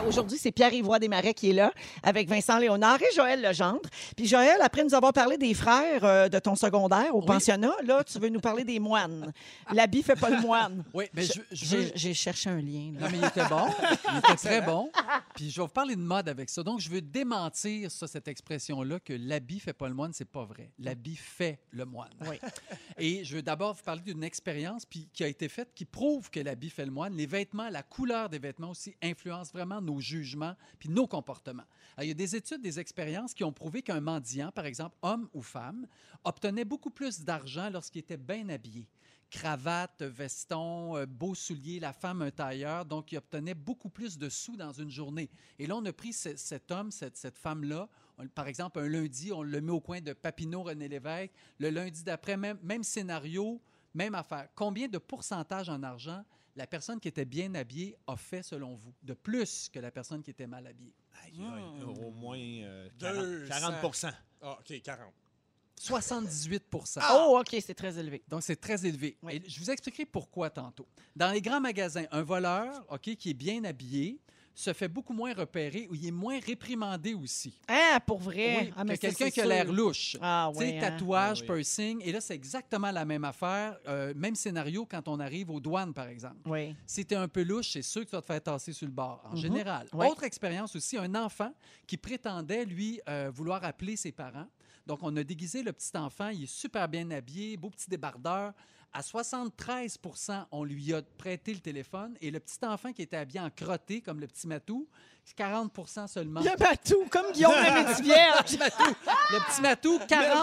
Aujourd'hui, c'est Pierre-Yvois Desmarais qui est là avec Vincent Léonard et Joël Legendre. Puis Joël, après nous avoir parlé des frères euh, de ton secondaire au pensionnat, là, tu veux nous parler des moines. L'habit fait pas le moine. Oui, Ah. mais je, je veux- J'ai j'ai cherché un lien. là. Non, mais il était bon. Il était très bon. Puis je vais vous parler de mode avec ça. Donc, je veux démentir ça, cette expression-là que l'habit fait pas le moine, c'est pas vrai. L'habit fait le moine. Oui. Et je veux d'abord vous parler d'une expérience puis, qui a été faite qui prouve que l'habit fait le moine. Les vêtements, la couleur des vêtements aussi influencent vraiment nos jugements puis nos comportements. Alors, il y a des études, des expériences qui ont prouvé qu'un mendiant, par exemple, homme ou femme, obtenait beaucoup plus d'argent lorsqu'il était bien habillé cravate, veston, euh, beaux souliers, la femme un tailleur. Donc, il obtenait beaucoup plus de sous dans une journée. Et là, on a pris ce- cet homme, cette, cette femme-là. On- Par exemple, un lundi, on le met au coin de Papineau, René Lévesque. Le lundi d'après, même, même scénario, même affaire. Combien de pourcentage en argent la personne qui était bien habillée a fait, selon vous, de plus que la personne qui était mal habillée? Aïe, Hmm. aïe, Au moins euh, 40, 200. 40%. Ah, OK, 40. 78 Ah! Oh, OK, c'est très élevé. Donc, c'est très élevé. Oui. Et je vous expliquerai pourquoi tantôt. Dans les grands magasins, un voleur ok, qui est bien habillé se fait beaucoup moins repérer ou il est moins réprimandé aussi. Ah, pour vrai. Oui, Ah, que mais ça, quelqu'un c'est qui a sûr. l'air louche. Ah, Tu sais, oui. hein. tatouage, Ah oui. piercing. Et là, c'est exactement la même affaire. euh, même scénario quand on arrive aux douanes, par exemple. Oui. Si t'es un peu louche, c'est sûr que tu vas te faire tasser sur le bord, en Mhm. général. Ouais. Autre expérience aussi, un enfant qui prétendait, lui, euh, vouloir appeler ses parents. Donc, on a déguisé le petit enfant, il est super bien habillé, beau petit débardeur. À 73 on lui a prêté le téléphone et le petit enfant qui était habillé en crotté, comme le petit matou, 40 seulement. Il y a Matou, comme Guillaume le Métivierge. Le petit matou, le petit matou, 40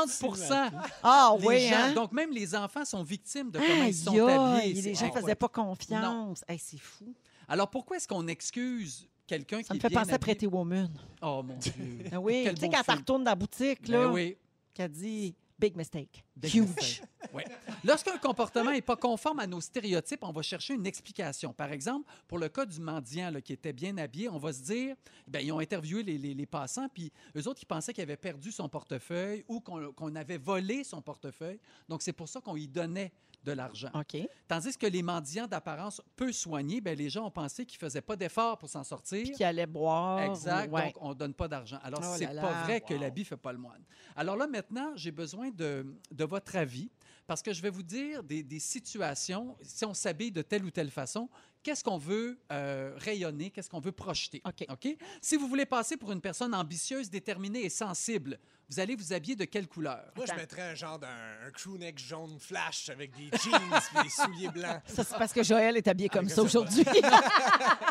Ah, des oui, gens. hein? Donc, même les enfants sont victimes de comment Aïe, ils sont aïe, habillés. les C'est gens ne incroyable. faisaient pas confiance. Hey, c'est fou. Alors, pourquoi est-ce qu'on excuse quelqu'un qui Ça me est fait bien penser à habillé? Pretty Woman. Oh mon Dieu. Ah oui, Quel tu sais, beau quand elle film. retourne dans la boutique, Ben là, oui. qu'elle dit Big mistake. Big Huge. mistake. Ouais. Lorsqu'un comportement n'est pas conforme à nos stéréotypes, on va chercher une explication. Par exemple, pour le cas du mendiant là, qui était bien habillé, on va se dire, ben, ils ont interviewé les, les- les passants, puis eux autres, ils pensaient qu'il avait perdu son portefeuille ou qu'on qu'on avait volé son portefeuille. Donc, c'est pour ça qu'on lui donnait de l'argent. OK. Tandis que les mendiants d'apparence peu soignés, ben, les gens ont pensé qu'ils ne faisaient pas d'efforts pour s'en sortir. Qui allait boire. Exact. ouais. Donc, on ne donne pas d'argent. Alors, Oh c'est là pas là. vrai que l'habit ne fait pas le moine. Alors là, maintenant, j'ai besoin de, de votre avis parce que je vais vous dire des, des situations, si on s'habille de telle ou telle façon, qu'est-ce qu'on veut euh, rayonner, qu'est-ce qu'on veut projeter. OK. Si vous voulez passer pour une personne ambitieuse, déterminée et sensible, vous allez vous habiller de quelle couleur? Moi, je Attends. mettrais un genre d'un un crewneck jaune flash avec des jeans et des souliers blancs. Ça, c'est parce que Joël est habillé comme mais ça ça, aujourd'hui.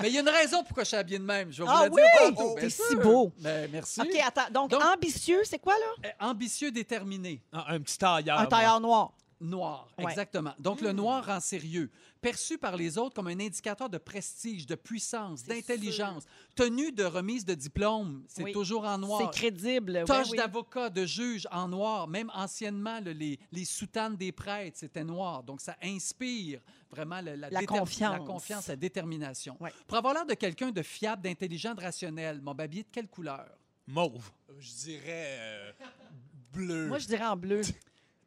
Mais il y a une raison pourquoi je suis habillé de même. Je vais Ah vous la oui? dire. tantôt, T'es bien si sûr. beau. Ben, merci. OK, attends. Donc, Donc- ambitieux, c'est quoi, là? Euh, Ambitieux, déterminé. Ah, un petit tailleur. Un moi. tailleur noir. Noir, Ouais. Mm. exactement. Donc, le noir rend sérieux, perçu par les autres comme un indicateur de prestige, de puissance, d'intelligence. Tenue de remise de diplôme, c'est Oui. toujours en C'est noir. crédible. Toche ouais, oui. d'avocat, de juge en noir. Même anciennement, le- les, les soutanes des prêtres, c'était noir. Donc, ça inspire vraiment le- la, La déter- confiance. la confiance, la détermination. Ouais. Pour avoir l'air de quelqu'un de fiable, d'intelligent, de rationnel, mon babier, de quelle couleur? Mauve. Je dirais euh, bleu. Moi, je dirais en bleu.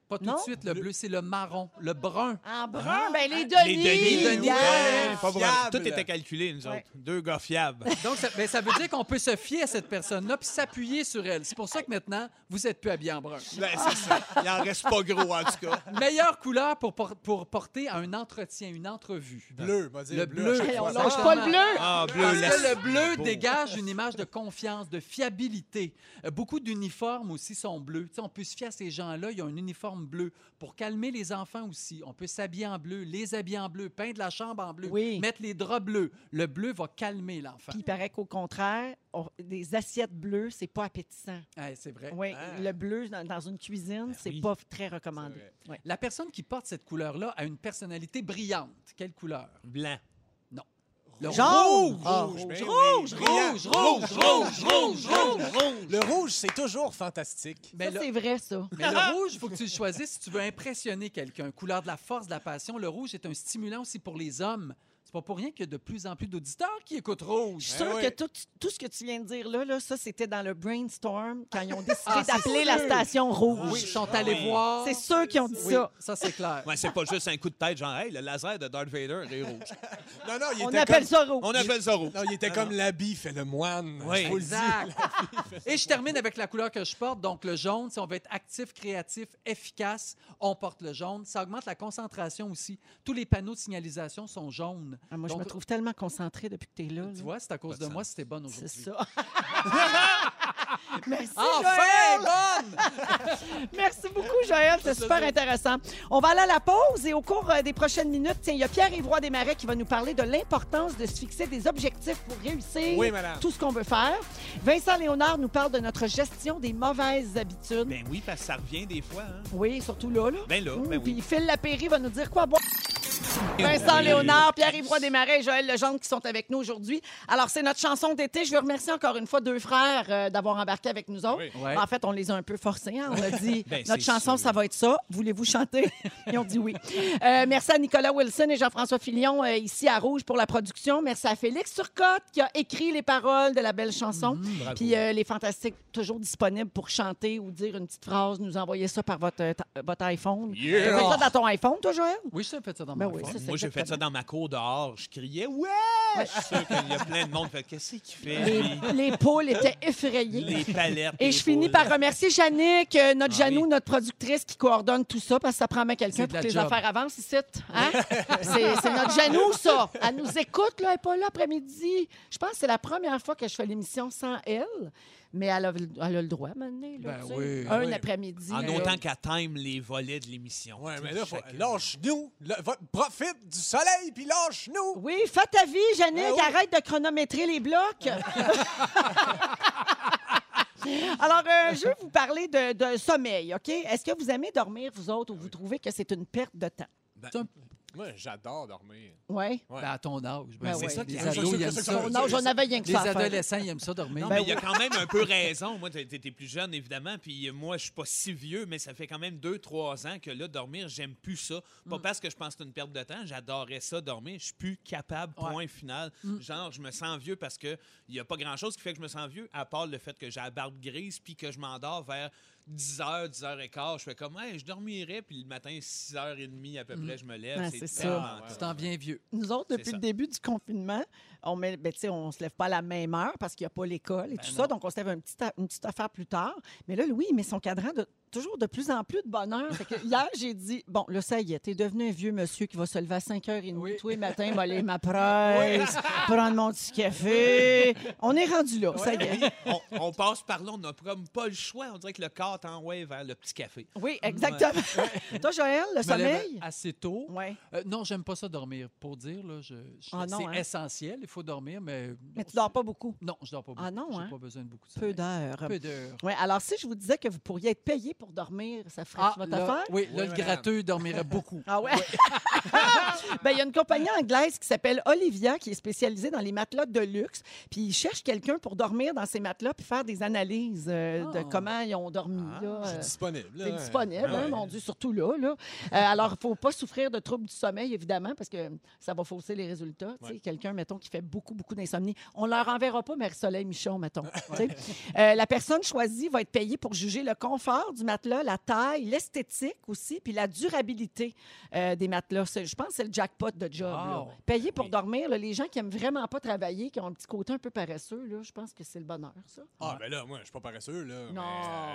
Pas tout Non? de suite le bleu, c'est le marron, le brun. En brun, ben les Denis. Les Denis. yeah. Ouais, pas vrai. Fiable. Tout était calculé, nous Ouais. autres. Deux gars fiables. Donc, ça, ben, ça veut dire qu'on peut se fier à cette personne-là puis s'appuyer sur elle. C'est pour ça que maintenant, vous êtes plus habillé en brun. Ben, c'est ça. Il en reste pas gros, en tout cas. Meilleure couleur pour, por- pour porter à un entretien, une entrevue. Bleu, va dire Le bleu. à bleu. chaque Hey, on fois. l'a- lâche pas le bleu. Ah, bleu, Parce laisse- que le bleu beau. dégage une image de confiance, de fiabilité. Euh, Beaucoup d'uniformes aussi sont bleus. Tu sais, on peut se fier à ces gens-là, ils ont un uniforme bleu. Pour calmer les enfants aussi, on peut s'habiller en bleu, les habiller en bleu, peindre la chambre en bleu, Oui. mettre les draps bleus. Le bleu va calmer l'enfant. Puis il paraît qu'au contraire, on- des assiettes bleues, c'est pas appétissant. Ouais, c'est vrai. Oui, le bleu dans, dans une cuisine, c'est oui. pas très recommandé. C'est Ouais. La personne qui porte cette couleur-là a une personnalité brillante. Quelle couleur? Blanc. Le Jaune! Ah, Rouge, ben oui, Rouge, brillant. rouge, rouge, rouge, rouge, rouge. Le rouge, c'est toujours fantastique. Mais ça, le, c'est vrai, ça. mais le rouge, il faut que tu le choisisses si tu veux impressionner quelqu'un. Couleur de la force, de la passion. Le rouge est un stimulant aussi pour les hommes. C'est pas pour rien qu'il y a de plus en plus d'auditeurs qui écoutent Je rouge. suis Ben sûre oui. que tout, tout ce que tu viens de dire là, là ça, c'était dans le brainstorm quand ils ont décidé Ah, c'est d'appeler la sûr. station rouge. Oui, ils sont allés oui. voir. C'est sûr qu'ils ont dit Oui, ça. ça, c'est clair. Ouais, c'est pas juste un coup de tête, genre, hey, le laser de Darth Vader est rouge. Non, non, il On était appelle comme... ça rouge. On appelle ça rouge. Non, il était Ah, comme non. l'habit fait le moine. Oui. Je vous le dis. Exact. Et je termine avec la couleur que je porte. Donc, le jaune, si on veut être actif, créatif, efficace, on porte le jaune. Ça augmente la concentration aussi. Tous les panneaux de signalisation sont jaunes. Ah, moi, je Donc, me trouve tellement concentrée depuis que tu es là. là. Tu vois, c'est à cause de moi si t'es bonne C'est aujourd'hui. ça. Merci, Joël. Enfin, bonne! Merci beaucoup, Joël. C'est super intéressant. On va aller à la pause et au cours euh, des prochaines minutes, tiens, il y a Pierre Évroy Desmarais qui va nous parler de l'importance de se fixer des objectifs pour réussir Oui, madame. tout ce qu'on veut faire. Vincent Léonard nous parle de notre gestion des mauvaises habitudes. Ben oui, parce que ça revient des fois. Hein. Oui, surtout là. là. Ben là, ben oui. Puis Phil Lapéry va nous dire quoi boire. Vincent Léonard, Pierre-Yves Desmarais et Joël Legendre qui sont avec nous aujourd'hui. Alors, c'est notre chanson d'été. Je veux remercier encore une fois deux frères euh, d'avoir embarqué avec nous autres. Oui. Ouais. En fait, on les a un peu forcés. hein. On a dit, Ben, notre c'est chanson, sûr. ça va être ça. Voulez-vous chanter? Ils ont dit oui. Euh, merci à Nicolas Wilson et Jean-François Fillon euh, ici à Rouge pour la production. Merci à Félix Turcotte qui a écrit les paroles de la belle chanson. Mhm, Puis euh, les fantastiques toujours disponibles pour chanter ou dire une petite phrase, nous envoyer ça par votre, euh, ta- votre iPhone. Yeah! T'as fait ça dans ton iPhone, toi, Joël? Oui, je fait ça dans Ben mon oui, fond. ça, c'est Moi, j'ai fait ça exactement. dans ma cour dehors. Je criais, ouais! Je suis sûr qu'il y a plein de monde. Fait, Qu'est-ce qu'il fait, Les, lui? les poules étaient effrayées. Eh Les palettes. Et les je finis poules. par remercier Jannick, euh, notre Ah Janou, oui. notre productrice qui coordonne tout ça, parce que ça prend bien quelqu'un C'est de pour la que les job. affaires avancent ici. Hein? c'est c'est notre Janou, ça. Elle nous écoute, là, elle n'est pas là après-midi. Je pense que c'est la première fois que je fais l'émission sans elle, mais elle a, le- elle a le droit à mener. Ben oui, un oui. après-midi. euh, En là. autant qu'à time les volets de l'émission. Ouais, Tu mais sais, là, faut... chacun. lâche-nous. Là, va- Profite du soleil, puis lâche-nous. Oui, fais ta vie, Jannick. Ah oui. Arrête de chronométrer les blocs. Alors, euh, je veux vous parler de, de sommeil, OK? Est-ce que vous aimez dormir, vous autres, ou vous trouvez que c'est une perte de temps? C'est un- Ben, Moi, j'adore dormir. Oui. Ouais. Ben, à ton âge. Ben Ben, oui. c'est ça C'est les ça, ados, c'est ils aiment ça, ça. c'est Oh, Non, j'en avais rien que Euh, Les ça. à faire. Ben adolescents, ils aiment ça dormir. Non, mais il y a quand même un peu raison. Moi, t'étais t'étais plus jeune, évidemment, puis moi, je suis pas si vieux, mais ça fait quand même deux, trois ans que là, dormir, j'aime plus ça. Mm. Pas parce que je pense que c'est une perte de temps, j'adorais ça, dormir. Je suis plus capable, point final. Mm. Genre, je me sens vieux parce que il y a pas grand-chose qui fait que je me sens vieux, à part le fait que j'ai la barbe grise puis que je m'endors vers 10h, 10h15. Je fais comme, hey, je dormirais, puis le matin, 6h30 à peu près, je me lève. Mm. Ouais, c'est c'est ça. tellement Tu t'en viens vieux. Nous autres, C'est depuis ça. le début du confinement, on met, ben, tu sais, on se lève pas à la même heure parce qu'il n'y a pas l'école et Ben tout ça. Donc, on se lève un petit a- une petite affaire plus tard. Mais là, Louis, il met son cadran de toujours de plus en plus de bonheur. Fait que hier, j'ai dit Bon, là, ça y est, t'es devenu un vieux monsieur qui va se lever à 5h30 Oui. tous les matins, m'aller ma presse, prendre mon petit café. On est rendu là, ça y est. on, on passe par là, on n'a comme pas le choix. On dirait que le corps t'envoie vers le petit café. Oui, exactement. Toi, Joël, le Je me lève sommeil? assez tôt. Oui. Euh, non, j'aime pas ça dormir. Pour dire, là, je, je- Ah non, c'est hein? essentiel. Il faut dormir, mais. Mais tu dors pas beaucoup. Non, je dors pas beaucoup. Ah non, J'ai hein? pas besoin de beaucoup de Peu sommeil. d'heures. Peu d'heures. Oui, alors si je vous disais que vous pourriez être payé pour dormir, ça ferait votre là, affaire? Ah, oui, là, Oui, le madame. gratteux dormirait beaucoup. Ah ouais? ben, il y a une compagnie anglaise qui s'appelle Olivia qui est spécialisée dans les matelas de luxe. Puis ils cherchent quelqu'un pour dormir dans ces matelas puis faire des analyses euh, de Ah. comment ils ont dormi. là. Je suis Euh, disponible. C'est disponible, hein, ouais. mon Dieu, surtout là. là. Euh, alors, il ne faut pas souffrir de troubles du sommeil, évidemment, parce que ça va fausser les résultats. tu sais. Ouais. Quelqu'un, mettons, qui fait beaucoup, beaucoup d'insomnie, on ne leur enverra pas Marie-Soleil Michon, mettons. tu sais. Euh, la personne choisie va être payée pour juger le confort du matelas, la taille, l'esthétique aussi, puis la durabilité euh, des matelas. C'est- Je pense que c'est le jackpot de job. là. Wow. Payé pour Oui. dormir, là, les gens qui n'aiment vraiment pas travailler, qui ont un petit côté un peu paresseux, là, je pense que c'est le bonheur, ça. Ah, ben là, moi, je suis pas paresseux, là. Non.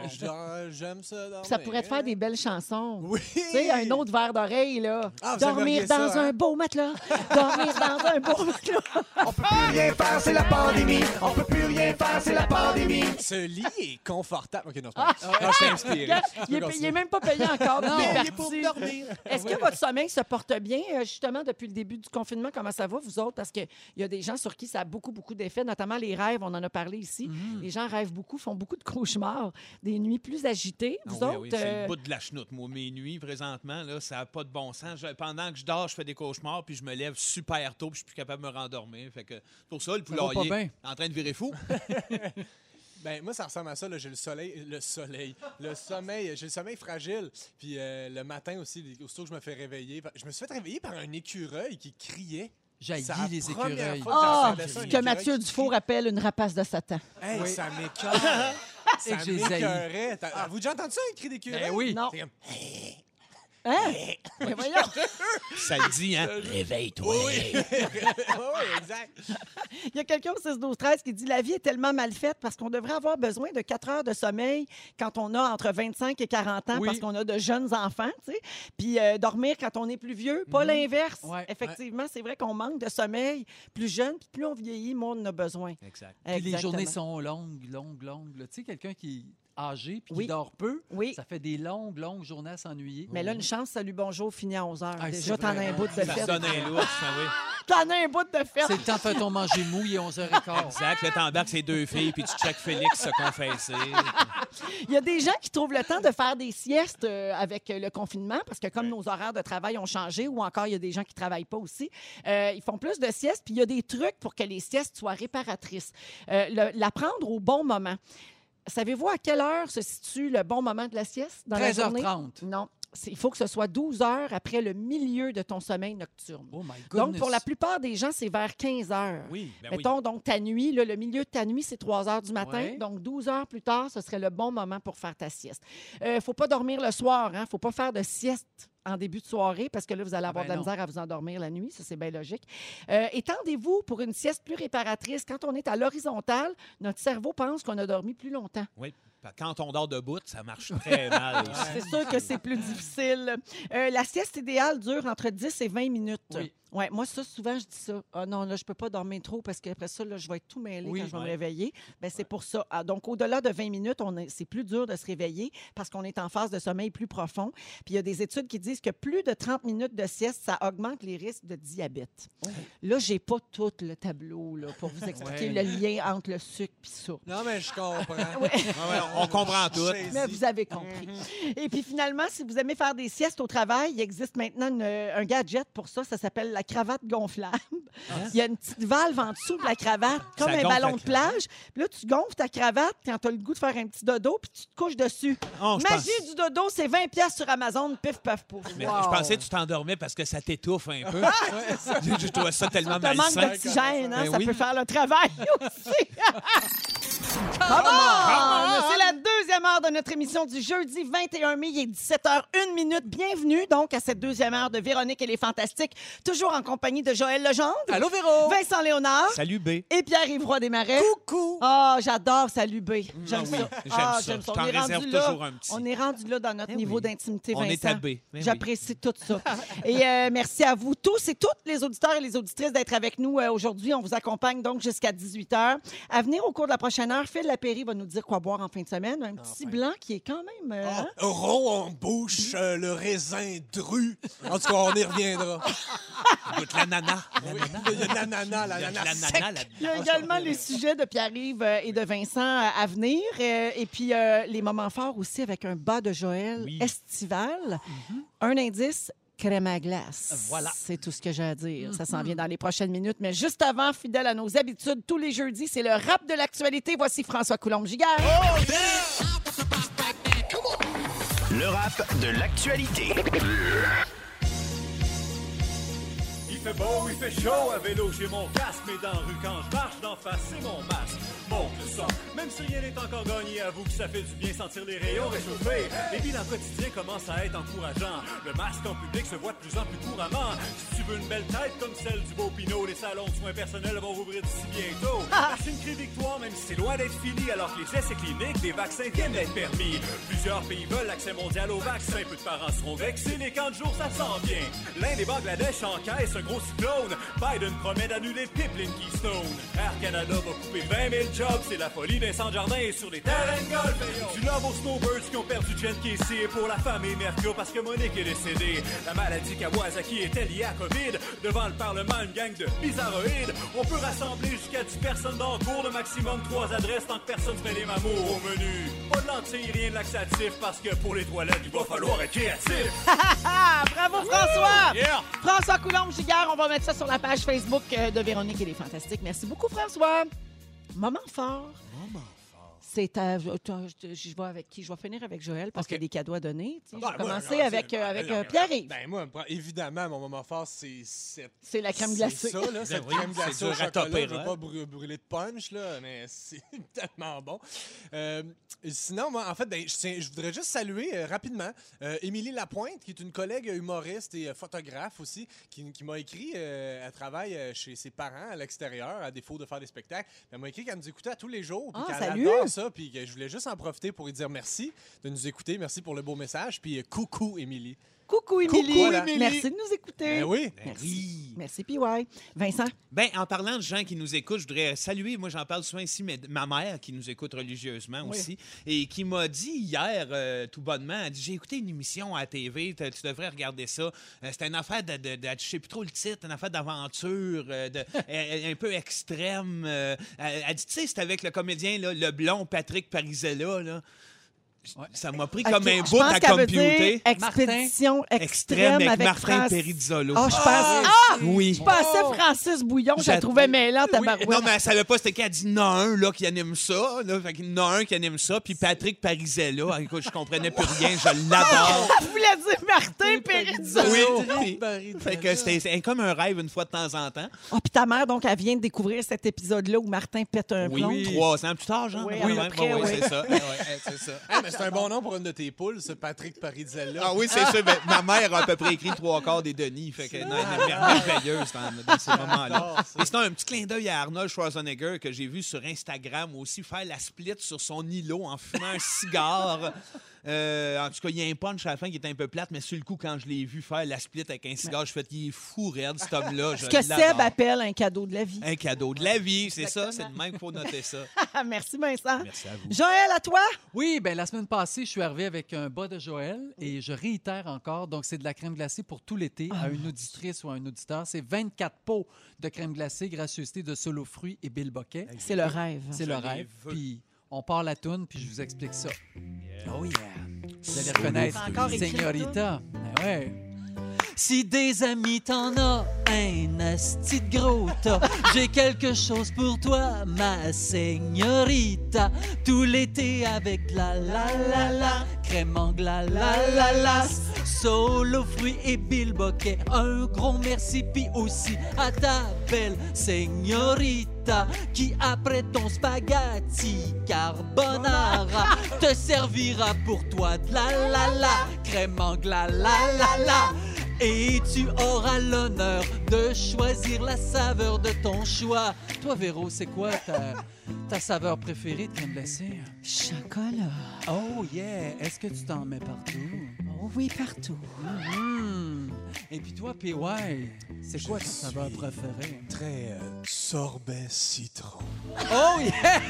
mais, euh, je dors- J'aime ça dormir. Puis ça pourrait te hein. faire des belles chansons. Oui! Tu sais, un autre verre d'oreille, là. Ah, vous Dormir aimeriez dans ça, hein? un beau matelas. Dormir dans un beau matelas. Rien faire, c'est la pandémie. On peut plus rien faire, c'est la pandémie. Ce lit est confortable. OK, non, c'est pas vrai. Non, je t'ai inspiré. Ah! Regarde, Tu peux il, est, continuer. il est même pas payé encore. Non, il est il est pour parti. dormir. Est-ce que votre sommeil se porte bien, euh, justement, depuis le début du confinement? Comment ça va, vous autres? Parce qu'il y a des gens sur qui ça a beaucoup, beaucoup d'effets, notamment les rêves. On en a parlé ici. Les gens rêvent beaucoup, font beaucoup de cauchemars, des nuits plus agitées. Vous Ah oui, autres, oui, c'est euh, le bout de la chenoute. Moi, mes nuits, présentement, là, ça n'a pas de bon sens. Je- pendant que je dors, je fais des cauchemars, puis je me lève super tôt, puis je suis plus capable de me rendormir. Fait que c'est pour ça, le va pas poulailler bien. est en train de virer fou. Ben, moi, ça ressemble à ça. là. J'ai le soleil. Le soleil. Le sommeil. J'ai le sommeil fragile. Puis euh, le matin aussi, les- aussitôt que je me fais réveiller. Je me suis fait réveiller par un écureuil qui criait. J'haïs C'est la les première écureuils. fois Ah, j'entendais ça, un ce que écureuil Mathieu qui Dufour crie. appelle une rapace de Satan. Hey, Oui. ça m'écoeure. Et ça que je les haïs. m'écoeurait. T'as- Avez-vous déjà entendu ça, un cri d'écureuil? Ben oui. Non. C'est comme- Hein? Mais voyons. ça le dit, hein? Réveille-toi. oui, exact. Il y a quelqu'un au 6 12 13 qui dit la vie est tellement mal faite parce qu'on devrait avoir besoin de 4 heures de sommeil quand on a entre 25 et 40 ans Oui. parce qu'on a de jeunes enfants, tu sais. Puis euh, dormir quand on est plus vieux, pas l'inverse. Mhm. Ouais. Effectivement, c'est vrai qu'on manque de sommeil plus jeune, puis plus on vieillit, moins on en a besoin. Exact. Puis les Exactement. journées sont longues, longues, longues. là. Tu sais, quelqu'un qui est âgé puis Oui. qui dort peu, Oui. ça fait des longues, longues journées à s'ennuyer. Mais là, une chance, salut, bonjour, finit à 11 heures. Ah, Déjà, c'est t'en as vrai, un hein. bout de Ça Ça fête. donne un lourd, ça, oui. T'en as un bout de fête. C'est le temps de faire ton manger mou, il est 11h15. Exact. Là, t'embarques ces deux filles, puis tu check Félix se confesser. Il y a des gens qui trouvent le temps de faire des siestes euh, avec euh, le confinement parce que comme nos horaires de travail ont changé ou encore il y a des gens qui travaillent pas aussi, euh, ils font plus de siestes. Puis il y a des trucs pour que les siestes soient réparatrices. Euh, le- la prendre au bon moment. Savez-vous à quelle heure se situe le bon moment de la sieste dans la journée? 13h30. Non. C'est- Il faut que ce soit 12 heures après le milieu de ton sommeil nocturne. Oh my goodness. Donc, pour la plupart des gens, c'est vers 15 heures. Oui, ben oui. Mettons donc ta nuit, là, le milieu de ta nuit, c'est 3 heures du matin. Ouais. Donc, 12 heures plus tard, ce serait le bon moment pour faire ta sieste. Il ne faut pas dormir le soir. Il ne faut pas faire de sieste en début de soirée parce que là, vous allez avoir de ben la non. misère à vous endormir la nuit. Ça, c'est bien logique. Euh, étendez-vous pour une sieste plus réparatrice. Quand on est à l'horizontale, notre cerveau pense qu'on a dormi plus longtemps. Oui. Quand on dort debout, ça marche très mal aussi. C'est sûr que c'est plus difficile. Euh, la sieste idéale dure entre 10 et 20 minutes. Oui. Ouais, moi, ça, souvent, je dis ça. Ah non, là, je peux pas dormir trop parce qu'après ça, là, je vais être tout mêlé Oui, quand je vais ouais. me réveiller. Ben, c'est pour ça. Ah, donc, au-delà de 20 minutes, on est- c'est plus dur de se réveiller parce qu'on est en phase de sommeil plus profond. Puis, il y a des études qui disent que plus de 30 minutes de sieste, ça augmente les risques de diabète. Là, j'ai pas tout le tableau là, pour vous expliquer Ouais. le lien entre le sucre et ça. Non, mais je comprends. Ah Ouais, ouais, on comprend tout. Mais vous avez compris. Mm-hmm. Et puis finalement, si vous aimez faire des siestes au travail, il existe maintenant une- un gadget pour ça. Ça s'appelle la cravate gonflable. Il y a une petite valve en dessous de la cravate, comme un Ah. gonfle ballon la de plage. Puis là, tu gonfles ta cravate quand tu as le goût de faire un petit dodo, puis tu te couches dessus. Oh, je Magie pense- du dodo, c'est 20 pièces sur Amazon, pif, paf, pouf. Mais Je pensais que tu t'endormais parce que ça t'étouffe un peu. je, je trouvais ça tellement Ça manque malsain. d'oxygène, hein, Ben ça oui. peut faire le travail aussi. Come on! C'est la deuxième heure de notre émission du jeudi 21 mai, il est 17h01 minute. Bienvenue donc à cette deuxième heure de Véronique et les Fantastiques, toujours en compagnie de Joël Legendre, Allô, Véro? Vincent Léonard Salut B. et Pierre-Yves Roy Desmarais. Coucou! Ah, j'adore Salut B. Ah J'aime oui, ça. j'aime Ah, ça. Je t'en On est rendu réserve là. toujours un petit. Ben On est rendu là dans notre niveau oui. d'intimité, On Vincent. est à B. Mais oui. J'apprécie tout ça. et euh, merci à vous tous et toutes les auditeurs et les auditrices d'être avec nous euh, aujourd'hui. On vous accompagne donc jusqu'à 18 h. À venir au cours de la prochaine heure, Phil Lapéry va nous dire quoi boire en fin de semaine. Ah, Un petit ben. blanc qui est quand même... euh, hein? Rond en bouche, euh, le raisin dru. En tout cas, on y reviendra. Goûte l'ananas. Oui, Il y a de l'ananas, Il y a de l'ananas sec. l'ananas Il y là-dedans. a également les sujets de Pierre-Yves euh, et de Vincent euh, à venir. euh, Et puis, euh, les moments forts aussi avec un bas de Joël Oui. estival. Un indice, crème à glace. Voilà. C'est tout ce que j'ai à dire. Ça s'en vient dans les prochaines minutes. Mais juste avant, fidèle à nos habitudes, tous les jeudis, c'est le rap de l'actualité. Voici François Coulombe-Gigard. Le rap de l'actualité. Il fait beau, il fait chaud, à vélo j'ai mon casque, mais dans la rue quand je marche d'en face c'est mon masque. Monte le sang, même si rien n'est encore gagné, avoue que ça fait du bien sentir les rayons réchauffés. Les bilans quotidiens commencent à être encourageants. Le masque en public se voit de plus en plus couramment. Si tu veux une belle tête comme celle du beau Pinot, les salons de soins personnels vont rouvrir d'ici bientôt. C'est une crise victoire, même si c'est loin d'être fini, alors que les essais cliniques des vaccins viennent d'être permis. Plusieurs pays veulent l'accès mondial aux vaccins, peu de parents seront vaccinés quand le jour ça s'en vient. L'Inde et Bangladesh encaissent un gros cyclone. Biden promet d'annuler le pipeline Keystone. Air Canada va couper 20 000 jobs, c'est la folie des sans jardins et sur les terrains de golf. Tu l'as aux snowbirds qui ont perdu Jen Casey et pour la famille Mercure parce que Monique est décédée. La maladie Kawasaki était liée à COVID. Devant le Parlement, une gang de bizarroïdes. On peut rassembler jusqu'à 10 personnes dans le cours, le maximum 3 adresses tant que personne ne fait les mamours au menu. Pas de lentilles, rien de laxatif parce que pour les toilettes, il va falloir être créatif. Ah, bravo François! Yeah! François Coulombe-Gigard, on va mettre ça sur la page Facebook euh, de Véronique et les Fantastiques. Merci beaucoup François. Moment fort. C'est à. je- je- Je vais avec qui? Je vais finir avec Joël parce OK. qu'il y a des cadeaux à donner. tu sais. Ben, je vais ouais, commencer non, avec, c'est- euh, avec ben, euh, non, Pierre-Yves. Ben, moi, me prend- évidemment, mon moment fort, c'est cette. c'est la crème c'est glacée. ça, là, cette Ben oui, crème c'est glacée au dur à chocolat. topper, Je veux hein. pas brû- brûler de punch, là, mais c'est tellement bon. Euh, sinon, moi, en fait, ben, je, tiens- je voudrais juste saluer euh, rapidement euh, Émilie Lapointe, qui est une collègue humoriste et euh, photographe aussi, qui, qui m'a écrit, euh, elle travaille euh, chez ses parents à l'extérieur, à défaut de faire des spectacles. Elle m'a écrit qu'elle nous écoutait à tous les jours, puis Ah, qu'elle salut! adore ça, puis que je voulais juste en profiter pour lui dire merci de nous écouter, merci pour le beau message, puis euh, coucou, Émilie. Coucou, Émilie. voilà. Merci de nous écouter. Ben oui! Merci. Merci, PY. Vincent, Ben, en parlant de gens qui nous écoutent, je voudrais saluer, moi j'en parle souvent ici, mais ma mère qui nous écoute religieusement aussi, et qui m'a dit hier, euh, tout bonnement, elle dit, j'ai écouté une émission à la TV, t- tu devrais regarder ça. Euh, C'était une affaire de, de, de- je sais plus trop le titre, une affaire d'aventure, euh, de- euh, un peu extrême. euh, elle, elle dit, tu sais, c'était avec le comédien, là, le blond Patrick Parisella, là. J- Ça m'a pris comme Ok, un je bout pense à qu'elle veut computer. dire expédition extrême, Extrême avec, avec Martin France- Perizzolo. Oh, je pense. Ah! Oui. Je pensais Francis Bouillon, je la J'ad- trouvais mêlante à Oui, Non, mais elle savait pas c'était qui. Elle dit, il y en a un là, qui anime ça. Là. Fait qu'il y en a un qui anime ça. Puis Patrick Parisella. Écoute, je comprenais plus rien. Je l'adore. Je voulais dire Martin Perizzolo. Oh, oui. puis- Fait que c'était c'est comme un rêve une fois de temps en temps. Ah, puis ta mère, donc, elle vient de découvrir cet épisode-là où Martin pète un Oui, plomb. trois ans plus tard, genre. Oui, Oui, à peu près, oui. c'est ça. c'est ça. mais c'est un bon nom pour une de tes poules, ce Patrick Parizella. Ah oui, c'est sûr. Ben, ma mère a à peu près écrit trois quarts des Denis. Fait que non, elle est merveilleuse dans, dans ces moments-là. J'adore ça. Et sinon, un petit clin d'œil à Arnold Schwarzenegger que j'ai vu sur Instagram aussi faire la split sur son îlot en fumant un cigare. Euh, en tout cas, il y a un punch à la fin qui est un peu plate, mais sur le coup, quand je l'ai vu faire la split avec un cigare, je fais qu'il est fou raide, cet homme-là. Ce que Seb appelle un cadeau de la vie. Un cadeau de la vie, c'est ça, c'est Exactement. de même qu'il faut noter ça. Merci, Vincent. Hein? Merci à vous. Joël, à toi? Oui, ben la semaine passée, je suis arrivé avec un bas de Joël et je réitère encore. Donc, c'est de la crème glacée pour tout l'été à une auditrice ou à un auditeur. C'est 24 pots de crème glacée, gracieuseté de Solo Fruits et Bill Boquet. C'est le rêve. C'est le les rêve. veux. Puis, on part la toune, puis je vous explique ça. Oh yeah! Vous allez reconnaître. T'as encore écrit la Señorita. Ben ouais. Si des amis t'en as, un asti de gros tas. J'ai quelque chose pour toi, ma señorita. Tout l'été avec la la la la, crème angla la la la, solo fruits et bill Boquet. Un gros merci puis aussi à ta belle señorita qui après ton spaghetti carbonara te servira pour toi de la la la, crème angla la la la. Et tu auras l'honneur de choisir la saveur de ton choix. Toi, Véro, c'est quoi ta, ta saveur préférée de crème glacée? Chocolat. Oh yeah! Est-ce que tu t'en mets partout? Oh oui, partout. Mhm. Et puis toi, PY, c'est quoi ta saveur préférée? Très euh, sorbet citron. Oh yeah!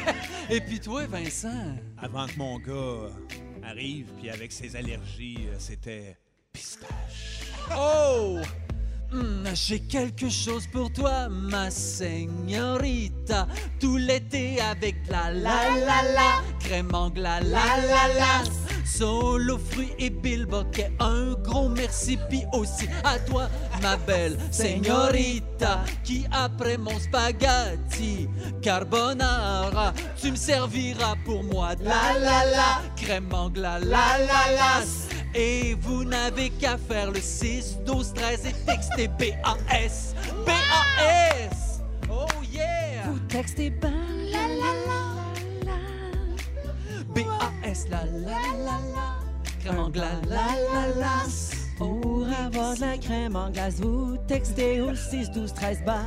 Et puis toi, Vincent? Avant que mon gars arrive, puis avec ses allergies, euh, c'était pistache. Oh! Hmm, J'ai quelque chose pour toi, ma señorita. Tout l'été avec la la la la, crème angla la la la. Solo fruits et Bill Boquet, un gros merci puis aussi à toi, ma belle señorita, qui après mon spaghetti carbonara, tu me serviras pour moi de la la la, crème angla la la la. Et vous n'avez qu'à faire le 6, 12, 13 et texter BAS. BAS! Oh yeah! Textez pas la la la la. BAS, la la la la. Crème anglaise, la la la. Pour avoir de la crème en glace, vous textez au 6 12 13 bar.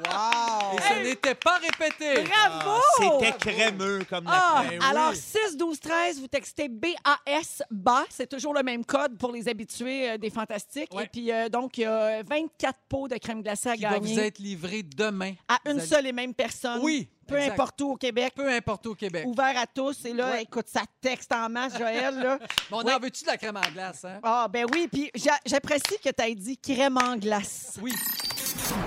Et ce n'était pas répété. Bravo! C'était crémeux comme Oh! Ah, la Ben crème. alors 6 12 13, vous textez BAS bas, c'est toujours le même code pour les habitués euh, des fantastiques Ouais. et puis euh, donc il y a 24 pots de crème glacée à Qui va gagner vous être livré demain. à Vous une allez- seule et même personne. Oui, Peu exact. importe où au Québec. Peu importe au Québec. Ouvert à tous. Et là, Ouais. écoute, ça texte en masse, Joël. Là. Mais on en veut-tu de la crème en glace, hein? Ah, ben oui. Puis j'a- j'apprécie que tu aies dit crème en glace. Oui.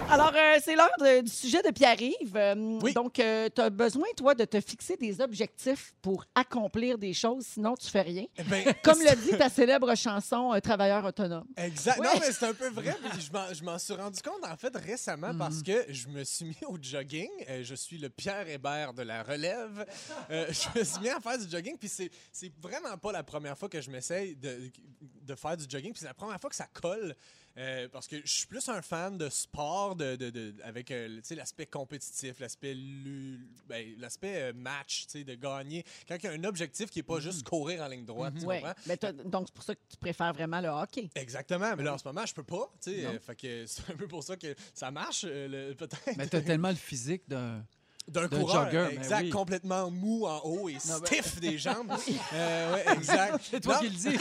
Alors, euh, c'est l'heure de- du sujet de Pierre-Yves. Euh, Oui. Donc, tu as besoin, toi, de te fixer des objectifs pour accomplir des choses, sinon tu fais rien. Ben, Comme le dit ta célèbre chanson euh, Travailleur autonome. Exact. Ouais. Non, mais c'est un peu vrai. puis je m'en- je m'en suis rendu compte, en fait, récemment, parce Mm-hmm. que je me suis mis au jogging. Euh, je suis le Pierre Hébert de la relève. Euh, je me suis mis à faire du jogging, puis c'est c'est vraiment pas la première fois que je m'essaye de, de faire du jogging, puis c'est la première fois que ça colle. Euh, parce que je suis plus un fan de sport, de, de- de- avec euh, tu sais, l'aspect compétitif, l'aspect lu- ben, l'aspect euh, match, tu sais, de gagner. Quand il y a un objectif qui n'est pas juste courir en ligne droite, tu Mm-hmm. Ouais. comprends? Mais t'as- donc, c'est pour ça que tu préfères vraiment le hockey. Exactement, mais là en ce moment je peux pas, tu sais, euh, fait que c'est un peu pour ça que ça marche euh, le- peut-être Mais t'as tellement le physique d'un. d'un d'un coureur jogger, mais exact oui. complètement mou en haut et stiff des jambes. Euh, ouais, exact. C'est toi Non, qui le dis.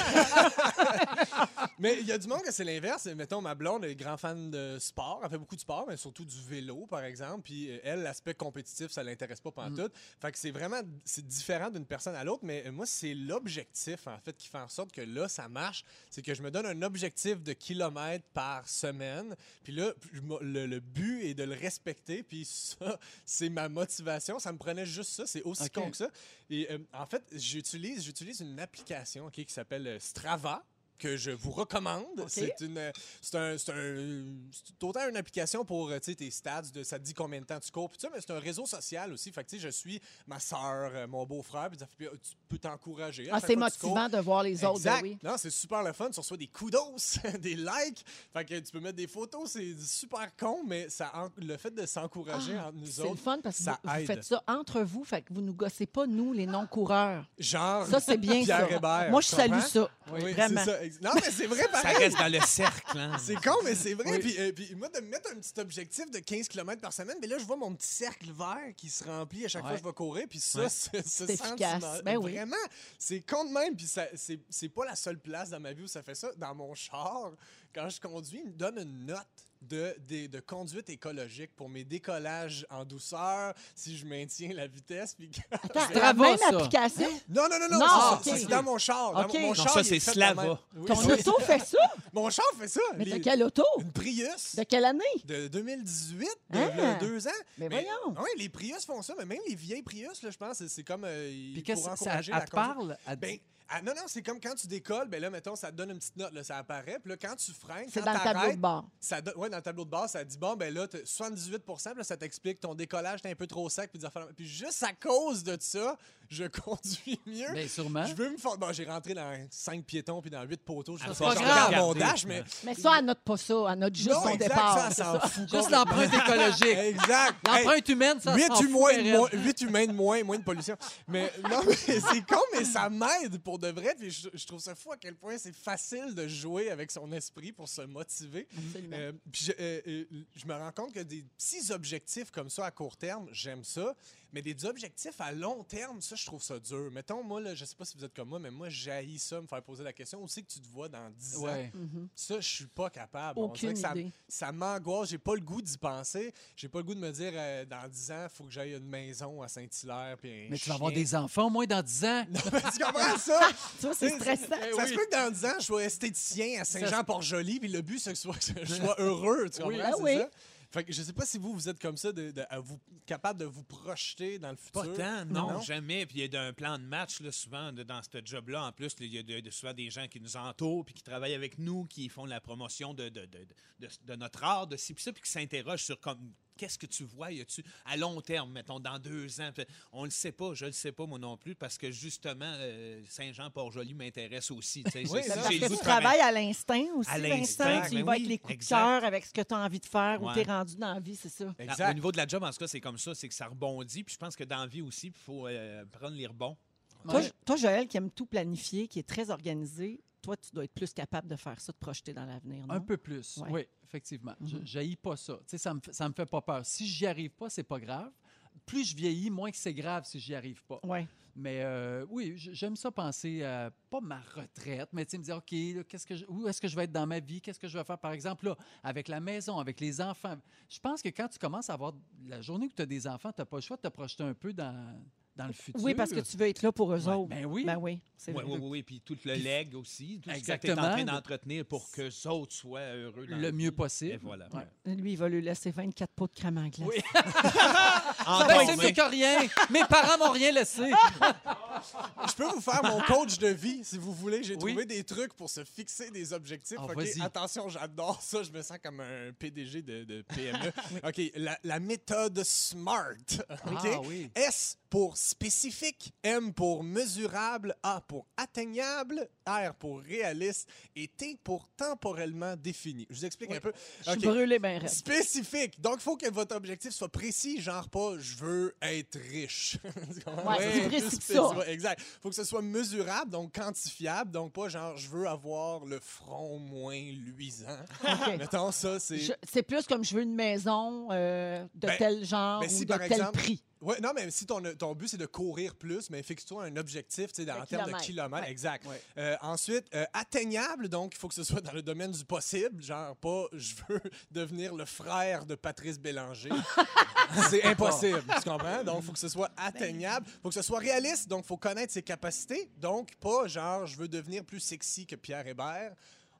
Mais il y a du monde que c'est l'inverse. Mettons, ma blonde est grand fan de sport. Elle fait beaucoup de sport, mais surtout du vélo, par exemple. Puis euh, elle, l'aspect compétitif, ça l'intéresse pas Mm. pantoute. Fait que c'est vraiment c'est différent d'une personne à l'autre. Mais euh, moi, c'est l'objectif, en fait, qui fait en sorte que là, ça marche. C'est que je me donne un objectif de kilomètres par semaine. Puis là, je me- le, le but est de le respecter. Puis ça, c'est ma motivation. Ça me prenait juste ça. C'est aussi Ok. con que ça. Et euh, en fait, j'utilise, j'utilise une application ok, qui s'appelle euh, Strava que je vous recommande. C'est une, euh, c'est un, c'est un- c'est autant une application pour euh, tu sais, tes stats, de, ça te dit combien de temps tu cours, puis tout ça, mais c'est un réseau social aussi. Fait que, tu sais, je suis ma soeur, mon beau-frère, puis ça fait- puis, euh, tu peux t'encourager. à Ah, chaque c'est fois que tu cours. motivant de voir les autres. ben Exact. oui. Non, c'est super le fun. Tu reçois des kudos, des likes. Fait que tu peux mettre des photos. C'est super con, mais ça, en- le fait de s'encourager Ah, entre nous c'est le autres, fun parce que ça vous, vous aide. faites ça entre vous, fait que vous nous gossez pas, nous, les non-coureurs. genre. Ça, c'est bien ça. Pierre Hébert, Moi, je tu salue comprends? ça. Oui, c'est vraiment. ça, ex- Non, mais c'est vrai, Ça pareil. reste dans le cercle. hein. C'est con, mais c'est vrai. Puis, euh, puis moi, de me mettre un petit objectif de 15 km par semaine, ben mais là, je vois mon petit cercle vert qui se remplit à chaque fois Ouais. que je vais courir. Puis ça, Ouais. ce, ce C'est efficace. sentiment- Ben oui. vraiment, c'est con de même. Puis ça- c'est c'est pas la seule place dans ma vie où ça fait ça. Dans mon char, quand je conduis, il me donne une note de, de, de conduite écologique pour mes décollages en douceur, si je maintiens la vitesse. Puis que- Attends, C'est la Strava, même ça. application. Non, non, non, non, Non, ça, ok. ça, c'est dans mon char. Dans Ok. mon- mon Non, char, ça, il c'est est fait de même. Slava. Oui, Ton oui. auto fait ça? Mon char fait ça. Mais Les- t'as quelle auto? Une Prius De quelle année? de 2018, de, Ah. v'là deux ans. Mais voyons. Oui, les Prius font ça, mais même les vieilles Prius, là, je pense, c'est- c'est comme. euh, ils- Puis pour qu'est-ce que ça encourager elle la te conduite. parle? Elle te Ben, dit- ah, non, non, c'est comme quand tu décolles, ben là, mettons, ça te donne une petite note, là, ça apparaît. Puis là, quand tu freines, C'est quand dans le tableau de t'arrêtes, bord. ça donne- ouais, dans le tableau de bord, ça dit bon, ben là, t'as 78 puis là, ça t'explique ton décollage, t'es un peu trop sec, puis des affaires- Puis juste à cause de ça, je conduis mieux. Bien sûrement. Je veux me faire. Bon, j'ai rentré dans 5 piétons puis dans 8 poteaux. Je À sais force pas si de je regarde mon regarder. dash, mais. Mais ça, elle note pas ça. Elle note juste non, son exact, départ. ça, ça s'en fout. Juste l'empreinte écologique. Exact. Hey, L'empreinte humaine, ça 8 s'en fout, humains, de Pérez. moins, huit humains de moins, moins de pollution. Mais non, mais c'est con, mais ça m'aide pour de vrai. Puis je, je trouve ça fou à quel point c'est facile de jouer avec son esprit pour se motiver. Euh, puis je, euh, euh, je me rends compte que des petits objectifs comme ça à court terme, j'aime ça. Mais des objectifs à long terme, ça, je trouve ça dur. Mettons, moi, là, je sais pas si vous êtes comme moi, mais moi, j'haïs ça, me faire poser la question. Où c'est que tu te vois dans 10 ans? Ouais. Ça, je suis pas capable. Aucune dirait que ça, idée. ça m'angoisse. J'ai pas le goût d'y penser. J'ai pas le goût de me dire euh, dans 10 ans, il faut que j'aille à une maison à Saint-Hilaire. puis un Mais tu vas chien. avoir des enfants au moins dans 10 ans. Mais tu comprends ça? Tu vois, c'est stressant. Eh Ça se peut que dans 10 ans, je sois esthéticien à Saint-Jean-Port-Joli, puis le but, c'est que je sois, que je sois heureux. Tu comprends? Oui. c'est Ah oui. ça? Fait que je sais pas si vous, vous êtes comme ça, de, de- à vous, capable de vous projeter dans le Pas futur. tant, non, Non. jamais. Puis il y a d'un plan de match, là, souvent, de- dans ce job-là. En plus, il y a de- de- souvent des gens qui nous entourent, puis qui travaillent avec nous, qui font la promotion de, de, de- de- de notre art, de ci, puis ça, puis qui s'interrogent sur comme. Qu'est-ce que tu vois, y tu à long terme, mettons, dans deux ans? Puis On le sait pas, je le sais pas, moi non plus, parce que justement, euh, Saint-Jean-Port-Joli m'intéresse aussi. tu sais. Oui, C'est- j'ai ça, Parce le goût que de tu travailler. travailles à l'instinct aussi, À Vincent. l'instinct, Tu y ben vas oui, avec les coups de exact. cœur, avec ce que tu as envie de faire, où Ouais. tu es rendu dans la vie, c'est ça. Ah, Au Exact. niveau de la job, en tout cas, c'est comme ça, c'est que ça rebondit. Puis je pense que dans la vie aussi, il faut euh, prendre les rebonds. Toi, Ouais. Jo- toi, Joël, qui aime tout planifier, qui est très organisé, toi, tu dois être plus capable de faire ça, de projeter dans l'avenir, non? Un peu plus, Ouais. oui, effectivement. Je n'haïs pas ça. Tu sais, ça me, fait- ça me fait pas peur. Si j'y arrive pas, c'est pas grave. Plus je vieillis, moins que c'est grave si j'y arrive pas. Oui. Mais euh, oui, j- j'aime ça penser, à, pas ma retraite, mais tu sais, me dire, OK, là, qu'est-ce que je- où est-ce que je vais être dans ma vie? Qu'est-ce que je vais faire, par exemple, là, avec la maison, avec les enfants? Je pense que quand tu commences à avoir la journée où tu as des enfants, tu n'as pas le choix de te projeter un peu dans, dans le futur. Oui, parce que tu veux être là pour eux euh? Ouais, autres. ben oui. Ben oui, c'est Oui, vrai. oui, oui, oui, Puis tout le leg aussi. Tout ce que tu es en Exactement. train d'entretenir pour que les autres soient heureux. dans la le vie. mieux possible. Et voilà. Ouais. Lui, il va lui laisser 24 pots de crème en glace. Oui. En Ben, tournée. c'est mieux que rien. Mes parents m'ont rien laissé. Oh, Je peux vous faire mon coach de vie si vous voulez. J'ai Oui. trouvé des trucs pour se fixer des objectifs. Ah, OK, vas-y. Attention, j'adore ça. Je me sens comme un PDG de, de PME. OK, la, la méthode SMART. OK? Ah oui. S pour spécifique, M pour mesurable, A pour atteignable, R pour réaliste et T pour temporellement défini. Je vous explique un peu. Je suis OK. brûlée ben raide. Spécifique. Donc, il faut que votre objectif soit précis, genre pas je veux être riche. Tu comprends? Ouais, c'est plus précis que ça. spécifique. Exact. faut que ce soit mesurable, donc quantifiable, donc pas genre je veux avoir le front moins luisant. OK. Mettons ça, c'est. Je- C'est plus comme je veux une maison euh, de Ben, tel genre ben, si, ou de par tel exemple, prix. Ouais, non, mais si ton, ton but c'est de courir plus, mais fixe-toi un objectif, tu sais, dans- De en termes de kilomètres. kilomètres. Ouais. Exact. Ouais. Euh, ensuite, euh, atteignable, donc il faut que ce soit dans le domaine du possible, genre pas je veux devenir le frère de Patrice Bélanger. c'est impossible, tu comprends? Donc il faut que ce soit Ben atteignable, faut que ce soit réaliste, donc il faut connaître ses capacités, donc pas genre je veux devenir plus sexy que Pierre Hébert.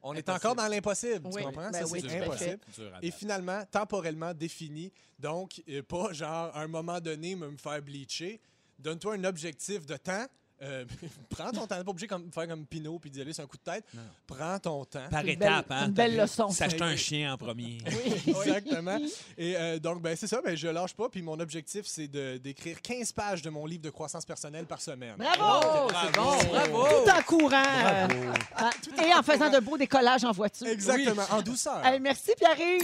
On est encore dans l'impossible, Oui. tu comprends? Ben Ça, oui, tout à c'est fait. impossible. Dur à Et battre. finalement, temporellement défini. Donc, euh, pas genre, à un moment donné, me me faire bleacher. Donne-toi un objectif de temps. Euh, prends ton temps. T'es Pas obligé de faire comme Pinot puis d'y aller sur un coup de tête. Prends ton temps. Par Une belle- étapes, hein. une belle T'as vu? leçon. S'acheter un chien en premier. Exactement. Et euh, donc, ben, c'est ça. Ben, je lâche pas. Puis mon objectif, c'est de- d'écrire 15 pages de mon livre de croissance personnelle par semaine. Bravo! C'est bon, bravo. Oh, Tout en courant. euh, et en faisant de beaux décollages en voiture. Exactement. En douceur. Hey, merci, Pierre-Yves.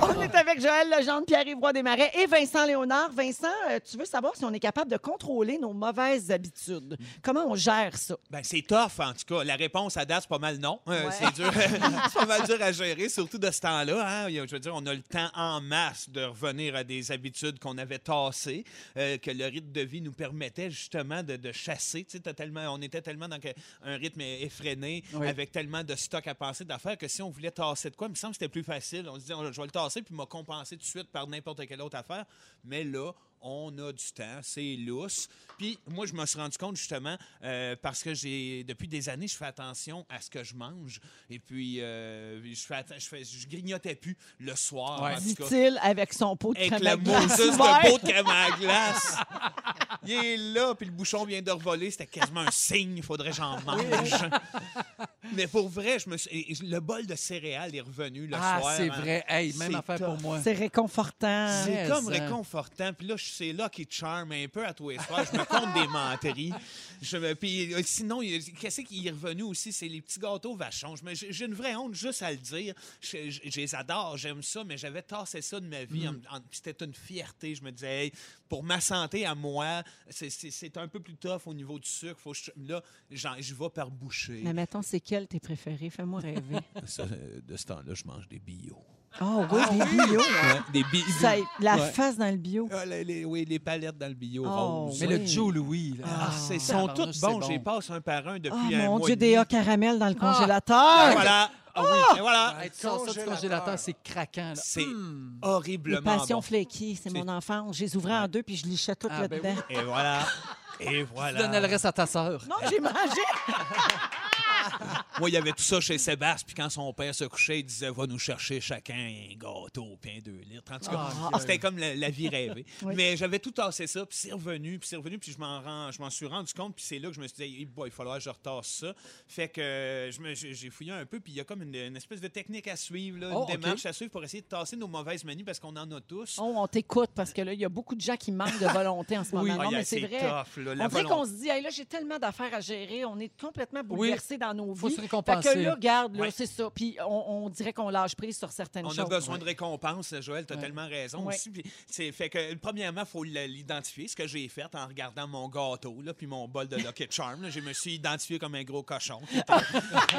On est avec Joël Legendre, Pierre-Yves Roy Desmarais et Vincent Léonard. Vincent, euh, tu veux savoir si on est capable de contrôler nos mauvaises habitudes. Comment on gère ça? Ben, c'est tough, en tout cas. La réponse à date, c'est pas mal non. Euh, Ouais. C'est dur. c'est pas mal dur à gérer, surtout de ce temps-là. hein. Il y a- Je veux dire, on a le temps en masse de revenir à des habitudes qu'on avait tassées, euh, que le rythme de vie nous permettait justement de, de chasser. Tu sais, t'as tellement, on était tellement dans que- un rythme effréné, Oui. avec tellement de stock à penser, d'affaires, que si on voulait tasser de quoi, il me semble que c'était plus facile. On se disait, on- je vais le tasser, puis m'a compensé tout de suite par n'importe quelle autre affaire. Mais là, on a du temps, c'est lousse. Puis moi, je me suis rendu compte justement euh, parce que j'ai depuis des années, je fais attention à ce que je mange. Et puis euh, je fais, atten- je fais- je grignotais plus le soir. Ouais. en tout cas. Dit-il avec son pot de Avec crème le à glace Moses ouvert. de pot de crème à glace. Il est là, puis le bouchon vient de revoler. C'était quasiment un signe, il faudrait que j'en mange. Mais pour vrai, je me suis- et- et le bol de céréales est revenu le Ah, soir. c'est hein. vrai. Hey, même C'est affaire pour moi. C'est réconfortant. C'est Mais comme ça. hein. réconfortant. Puis là, je- c'est là qui charme un peu à tous les soirs. Je me compte des menteries. Je me... Puis euh, sinon, il y a- qu'est-ce qui est revenu aussi? C'est les petits gâteaux vachons. Je me- J'ai j'ai une vraie honte juste à le dire. Je, je- je les adore, j'aime ça, mais j'avais tassé ça de ma vie. Mm. En- en- puis C'était une fierté. Je me disais, hey, pour ma santé à moi, c'est- c'est c'est un peu plus tough au niveau du sucre. Faut que je- Là, j'en- j'y vais par bouchée. Mais mettons, c'est quel tes préférés? Fais-moi rêver. Ça, euh, de ce temps-là, je mange des bio. Oh oui, des bio. Ouais, des bio. Ça, la Ouais. face dans le bio. Ah, les, les- oui, les palettes dans le bio Oh, rose. Mais Oui. le Joe Louis, là. Ah, c'est- ils sont tabarnouche, tous c'est bons. bon. J'y passe un par un depuis Oh un mon mois Dieu, et demi. des hauts caramel dans le Ah! congélateur. Voilà. Ah oui, et voilà. Hey, tu sors ça du Congélateur. congélateur, c'est craquant. là. C'est Hmm. Les horriblement passions bon. flaky, c'est C'est- mon enfance. Je les ouvrais en deux puis je lichais tout Ah, ben là-dedans. Et voilà. Et Tu donnais le voilà. reste à ta sœur. Non, j'ai mangé. Moi, il y avait tout ça chez Sébastien. Puis quand son père se couchait, il disait Va nous chercher chacun un gâteau, puis un deux litres. En tout cas, Ah, c'était comme la, la vie rêvée. Mais j'avais tout tassé ça, puis c'est revenu, puis c'est revenu, puis je m'en rends- je m'en suis rendu compte, puis c'est là que je me suis dit Hey, boy, il faudra que je retasse ça. Fait que euh, je me- j'ai j'ai fouillé un peu, puis il y a comme une, une espèce de technique à suivre, là, Oh, une OK. démarche à suivre pour essayer de tasser nos mauvaises manies parce qu'on en a tous. Oh, on t'écoute parce que là, il y a beaucoup de gens qui manquent de volonté en ce moment. Ah, Non, yeah, mais c'est vrai. tough, là, la on dirait qu'on volonté. se dit, Hey, là, j'ai tellement d'affaires à gérer, on est complètement bouleversé dans nos vies. Faut se Fait récompenser. que là, regarde, là, Ouais. c'est ça. Puis on, on dirait qu'on lâche prise sur certaines On choses. a besoin de récompenses, euh, Joël, tu as Ouais. tellement raison Ouais. aussi. Puis C'est fait que premièrement, il faut le- l'identifier, ce que j'ai fait en regardant mon gâteau là, puis mon bol de Lucky Charm, là. je me suis identifié comme un gros cochon.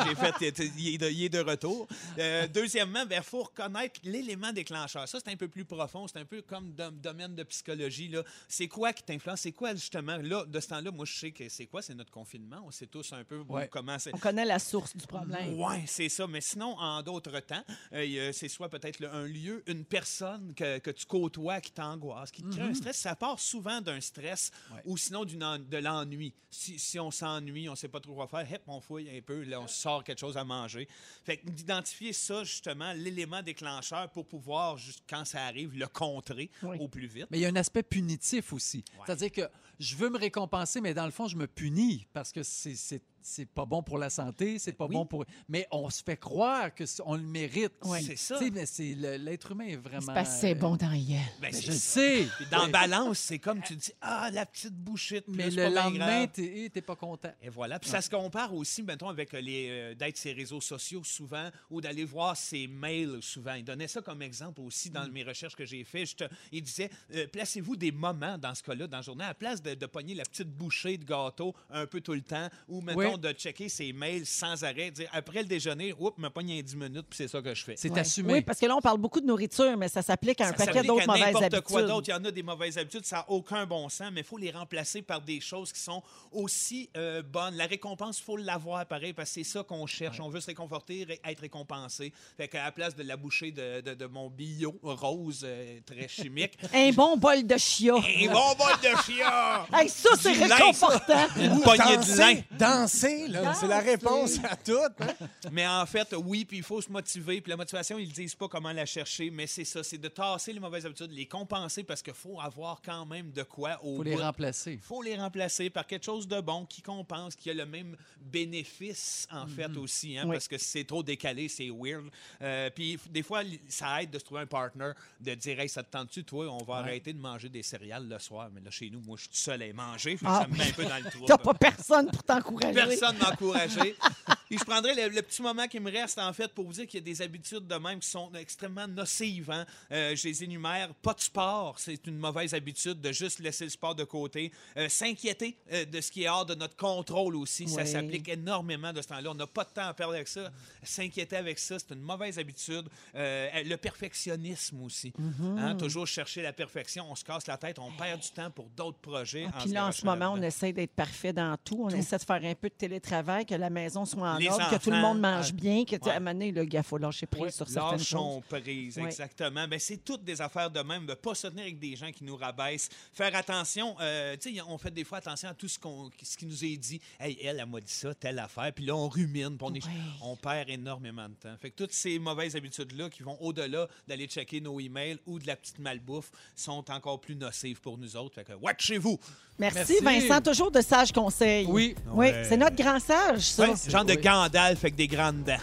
j'ai fait il est de, il est de retour. Euh, deuxièmement, il faut reconnaître l'élément déclencheur. Ça c'est un peu plus profond, c'est un peu comme dom- domaine de psychologie là. C'est quoi qui t'influence C'est quoi justement là de ce temps-là, moi je sais que c'est quoi, c'est notre confinement, on sait tous un peu Ouais. comment c'est On connaît la source du problème. oui, c'est ça. Mais sinon, en d'autres temps, euh, il y a- c'est soit peut-être le- un lieu, une personne que, que tu côtoies qui t'angoisse, qui te crée Mm-hmm. un stress. Ça part souvent d'un stress ou sinon d'une en- de l'ennui. Si, si on s'ennuie, on ne sait pas trop quoi faire, hep, on fouille un peu, là, on sort quelque chose à manger. Fait que d'identifier ça, justement, l'élément déclencheur pour pouvoir, juste quand ça arrive, le contrer Oui. au plus vite. Mais il y a un aspect punitif aussi. C'est-à-dire que je veux me récompenser, mais dans le fond, je me punis parce que c'est- c'est c'est pas bon pour la santé, c'est pas oui. bon pour. Mais on se fait croire que c- on le mérite. Ouais. C'est ça. Tu sais, mais c'est le- l'être humain est vraiment. C'est parce que c'est bon dans hier. Ben, Mais c'est je le ça. sais. Puis Dans Oui. balance, c'est comme tu dis, ah, la petite bouchée de plus, Mais c'est le pas bien lendemain, grave. t'es eh, t'es pas content. Et voilà. Puis ça se compare aussi, mettons, avec euh, les euh, d'être ses réseaux sociaux souvent ou d'aller voir ses mails souvent. Il donnait ça comme exemple aussi dans mes recherches que j'ai faites. Je te- Il disait euh, placez-vous des moments dans ce cas-là, dans la journée, à la place de, de pogner la petite bouchée de gâteau un peu tout le temps ou, mettons, Oui. de checker ses mails sans arrêt, dire après le déjeuner, oups, me pogne un 10 minutes, puis c'est ça que je fais. C'est Ouais. assumé. Oui, parce que là, on parle beaucoup de nourriture, mais ça s'applique à un Ça paquet s'applique d'autres à mauvaises n'importe quoi habitudes. d'autre. Il y en a des mauvaises habitudes, ça n'a aucun bon sens, mais il faut les remplacer par des choses qui sont aussi euh, bonnes. La récompense, il faut l'avoir pareil, parce que c'est ça qu'on cherche. On veut se réconforter, ré- être récompensé. Fait qu'à la place de la bouchée de, de- de mon bio rose euh, très chimique, Un bon bol de chia. et mon bol de chia! Hey, ça, c'est Eh Du lin, ça. réconfortant. Une poignée de lin! Danser, danser, là, c'est la Danser. réponse à tout. hein. Mais en fait, oui, puis il faut se motiver. Puis la motivation, ils ne disent pas comment la chercher, mais c'est ça, c'est de tasser les mauvaises habitudes, les compenser, parce qu'il faut avoir quand même de quoi au faut les bout. remplacer. faut les remplacer par quelque chose de bon qui compense, qui a le même bénéfice, en fait, aussi, hein, Mhm. Oui. parce que c'est trop décalé, c'est weird. Euh, Puis f- des fois, li- ça aide de se trouver un partner, de dire, hey, ça te tente-tu, toi, on va arrêter de manger des céréales le soir. Mais là, chez nous, moi, je suis tout seul à les manger, fait que Ah. ça me met un peu dans le trou. Ben T'as pas personne pour t'encourager. Personne m'a encouragé. Et je prendrai le, le petit moment qui me reste, en fait, pour vous dire qu'il y a des habitudes de même qui sont extrêmement nocives. hein. Euh, je les énumère. Pas de sport, c'est une mauvaise habitude de juste laisser le sport de côté. Euh, S'inquiéter euh, de ce qui est hors de notre contrôle aussi, ça Oui. s'applique énormément de ce temps-là. On n'a pas de temps à perdre avec ça. S'inquiéter avec ça, c'est une mauvaise habitude. Euh, le perfectionnisme aussi. Mhm. hein, toujours chercher la perfection. On se casse la tête, on perd du temps pour d'autres projets. Ah, Puis là, en ce moment, on essaie d'être parfait dans tout. On essaie de faire un peu de télétravail, que la maison soit en Les ordre, que tout le enfants, monde mange euh, bien, que tu ouais. à un moment donné, le gars, faut lâcher prise sur certaines choses. Lâchons prise, Ouais. exactement. Ben, c'est toutes des affaires de même, de pas se tenir avec des gens qui nous rabaissent. Faire attention, euh, tu sais, on fait des fois attention à tout ce, qu'on, ce qui nous est dit. Hey, elle, elle m'a dit ça, telle affaire. Puis là, on rumine, puis on, est- Ouais. on perd énormément de temps. Fait que toutes ces mauvaises habitudes-là qui vont au-delà d'aller checker nos emails ou de la petite malbouffe sont encore plus nocives pour nous autres. Fait que, watchez-vous! Merci, Merci. Vincent. Toujours de sages conseils. Oui. Oui, Ouais. c'est notre grand sage, ça. Ben, Ouais, genre de Gandalf avec des grandes dents.